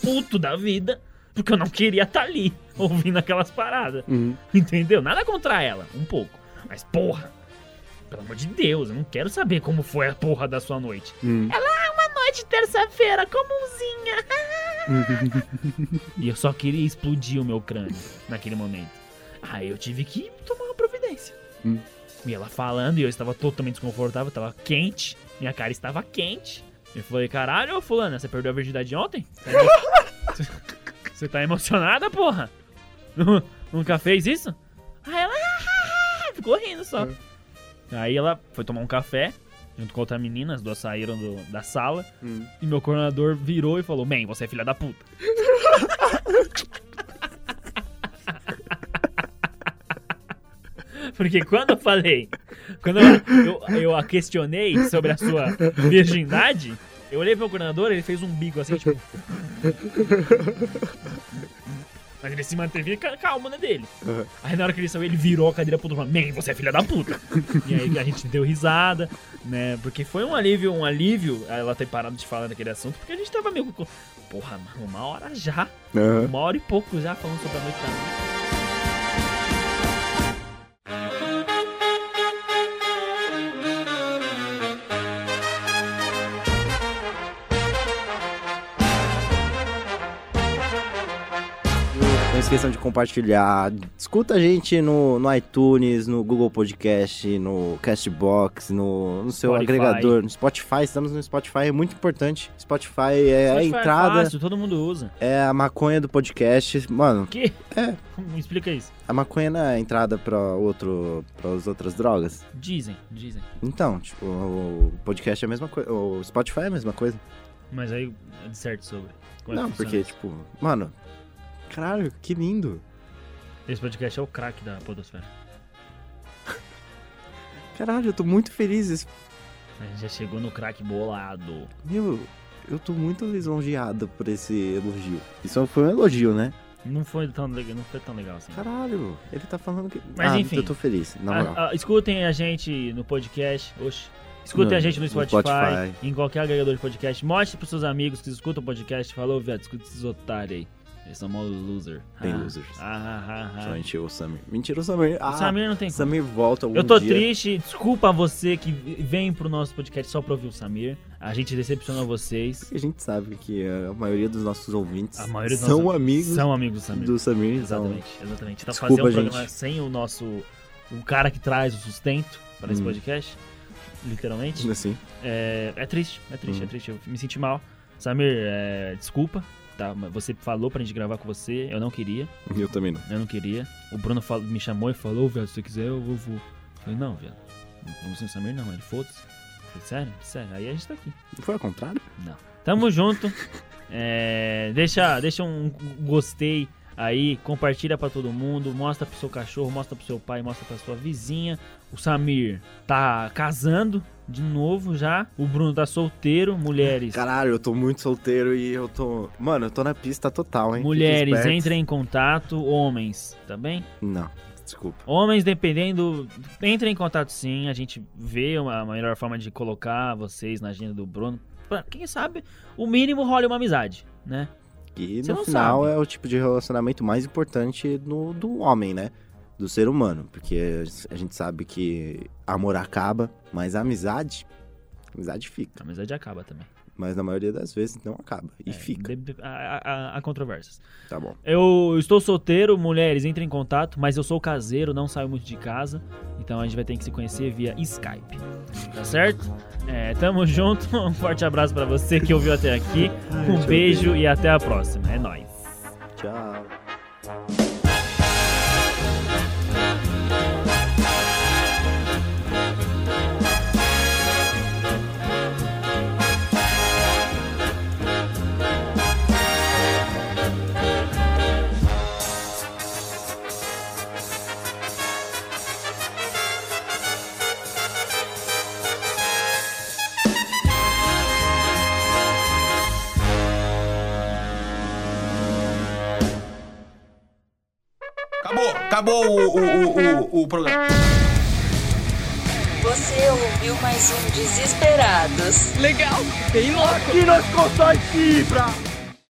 [SPEAKER 2] puto da vida, porque eu não queria estar ali, ouvindo aquelas paradas.
[SPEAKER 1] Hum.
[SPEAKER 2] Entendeu? Nada contra ela, um pouco. Mas, porra, pelo amor de Deus, eu não quero saber como foi a porra da sua noite. "Ah,
[SPEAKER 1] Hum.
[SPEAKER 2] Noite de terça-feira, *laughs* comumzinha. e eu só queria explodir o meu crânio naquele momento. Aí eu tive que tomar uma providência.
[SPEAKER 1] Hum.
[SPEAKER 2] E ela falando, e eu estava totalmente desconfortável, tava quente, minha cara estava quente. Eu falei, caralho, ô fulana, você perdeu a virgindade ontem? Tá emo- *laughs* Você tá emocionada, porra? *laughs* Nu- Nunca fez isso? Aí ela "Ah, ficou rindo só.
[SPEAKER 1] É.
[SPEAKER 2] Aí ela foi tomar um café, junto com outra menina, as duas saíram do- da sala.
[SPEAKER 1] Hum.
[SPEAKER 2] E meu coordenador virou e falou: Man, você é filha da puta. Porque quando eu falei, quando eu, eu, eu a questionei sobre a sua virgindade, eu olhei pro coordenador, ele fez um bico assim, tipo. Mas ele se manteve ca- calmo, né, dele.
[SPEAKER 1] Uhum.
[SPEAKER 2] Aí na hora que ele saiu, ele virou a cadeira pro outro e falou, Man, você é filha da puta. e aí a gente deu risada, né? Porque foi um alívio, um alívio ela ter parado de falar daquele assunto, porque a gente tava meio. com- Porra, mano, uma hora já.
[SPEAKER 1] Aham.
[SPEAKER 2] Uma hora e pouco já falando sobre a noite da noite.
[SPEAKER 1] Não esqueçam de compartilhar. Escuta a gente no, no iTunes, no Google Podcast, no Castbox, no, no seu
[SPEAKER 2] Spotify.
[SPEAKER 1] agregador, no Spotify. Estamos no Spotify, é muito importante. Spotify é a
[SPEAKER 2] Spotify é
[SPEAKER 1] entrada,
[SPEAKER 2] fácil, todo mundo usa.
[SPEAKER 1] é a maconha do podcast. Mano,
[SPEAKER 2] O quê? É. *laughs* Me explica isso.
[SPEAKER 1] a maconha não é a entrada para outro, as outras drogas.
[SPEAKER 2] Dizem, dizem.
[SPEAKER 1] Então, tipo, o podcast é a mesma coisa, o Spotify é a mesma coisa.
[SPEAKER 2] Mas aí é de certo sobre. Como é
[SPEAKER 1] não,
[SPEAKER 2] que funciona
[SPEAKER 1] porque,
[SPEAKER 2] isso.
[SPEAKER 1] tipo, mano, caralho, que lindo.
[SPEAKER 2] Esse podcast é o craque da Podosfera.
[SPEAKER 1] Caralho, eu tô muito feliz. Esse-
[SPEAKER 2] A gente já chegou no craque bolado.
[SPEAKER 1] Meu, eu tô muito lisonjeado por esse elogio. Isso foi um elogio, né?
[SPEAKER 2] Não foi tão legal, não foi tão legal assim.
[SPEAKER 1] Caralho, ele tá falando que.
[SPEAKER 2] Mas
[SPEAKER 1] ah,
[SPEAKER 2] enfim.
[SPEAKER 1] Eu tô feliz, na
[SPEAKER 2] Ah,
[SPEAKER 1] moral.
[SPEAKER 2] ah, escutem a gente no podcast. Oxe. Escutem
[SPEAKER 1] No-
[SPEAKER 2] a gente no
[SPEAKER 1] no
[SPEAKER 2] Spotify,
[SPEAKER 1] Spotify.
[SPEAKER 2] em qualquer agregador de podcast. Mostre pros seus amigos que escutam o podcast. Falou, viado, escuta esses otários aí. Eles são mó loser.
[SPEAKER 1] Tem
[SPEAKER 2] Ah,
[SPEAKER 1] losers.
[SPEAKER 2] Ah, ah, ah,
[SPEAKER 1] Só
[SPEAKER 2] ah.
[SPEAKER 1] encheu o Samir. Mentira, o Samir. Ah,
[SPEAKER 2] O Samir não tem
[SPEAKER 1] o Samir volta algum
[SPEAKER 2] Eu tô
[SPEAKER 1] Um dia.
[SPEAKER 2] triste, desculpa a você que vem pro nosso podcast só pra ouvir o Samir. A gente decepcionou vocês.
[SPEAKER 1] A gente sabe que a maioria dos nossos ouvintes
[SPEAKER 2] A maioria dos
[SPEAKER 1] são
[SPEAKER 2] nossos-
[SPEAKER 1] amigos
[SPEAKER 2] São amigos do Samir.
[SPEAKER 1] do Samir. então-
[SPEAKER 2] Exatamente, exatamente. Então
[SPEAKER 1] Desculpa,
[SPEAKER 2] fazer um programa
[SPEAKER 1] gente.
[SPEAKER 2] sem o nosso. O cara que traz o sustento pra esse
[SPEAKER 1] Hum.
[SPEAKER 2] podcast, literalmente.
[SPEAKER 1] *laughs* Assim.
[SPEAKER 2] É, é triste, é triste,
[SPEAKER 1] Uhum.
[SPEAKER 2] é triste. Eu me senti mal. Samir, é, desculpa, tá? Mas Você falou pra gente gravar com você, eu não queria,
[SPEAKER 1] Eu também não.
[SPEAKER 2] eu não queria. O Bruno falou- me chamou e falou, "Ô, viado, se você quiser eu vou. vou." Eu falei, não, viado, vamos sem o Samir não, ele foda-se. Eu falei, Sério, sério, aí a gente tá aqui.
[SPEAKER 1] Foi ao contrário?
[SPEAKER 2] Tamo junto. É, deixa, deixa um gostei aí, compartilha pra todo mundo, mostra pro seu cachorro, mostra pro seu pai, mostra pra sua vizinha. O Samir tá casando de novo já. O Bruno tá solteiro, mulheres.
[SPEAKER 1] Caralho, eu tô muito solteiro e eu tô. Mano, eu tô na pista total, hein?
[SPEAKER 2] Mulheres,
[SPEAKER 1] Fiquem espertos.
[SPEAKER 2] entrem em contato, homens, tá bem?
[SPEAKER 1] Não, desculpa.
[SPEAKER 2] Homens, dependendo, entrem em contato sim, a gente vê uma uma melhor forma de colocar vocês na agenda do Bruno. Pra- Quem sabe, o mínimo rola uma amizade, né?
[SPEAKER 1] E
[SPEAKER 2] Você
[SPEAKER 1] no
[SPEAKER 2] não
[SPEAKER 1] final
[SPEAKER 2] sabe.
[SPEAKER 1] é o tipo de relacionamento mais importante no, do homem, né? Do ser humano. Porque a gente sabe que amor acaba, mas a amizade. a amizade fica.
[SPEAKER 2] A amizade acaba também.
[SPEAKER 1] Mas na maioria das vezes não acaba. E
[SPEAKER 2] É,
[SPEAKER 1] fica.
[SPEAKER 2] de- de- Há, há- há controvérsias.
[SPEAKER 1] Tá bom.
[SPEAKER 2] Eu estou solteiro, mulheres, entrem em contato, mas eu sou caseiro, não saio muito de casa, então a gente vai ter que se conhecer via Skype. Tá certo? É, tamo *laughs* junto, um forte abraço pra você que ouviu até aqui, um
[SPEAKER 1] te
[SPEAKER 2] beijo e até a próxima. É nóis.
[SPEAKER 1] Tchau.
[SPEAKER 7] Acabou, acabou o, o, o, o, o programa.
[SPEAKER 5] Você ouviu mais um Desesperados.
[SPEAKER 6] Legal, bem louco.
[SPEAKER 1] E nós cortar fibra!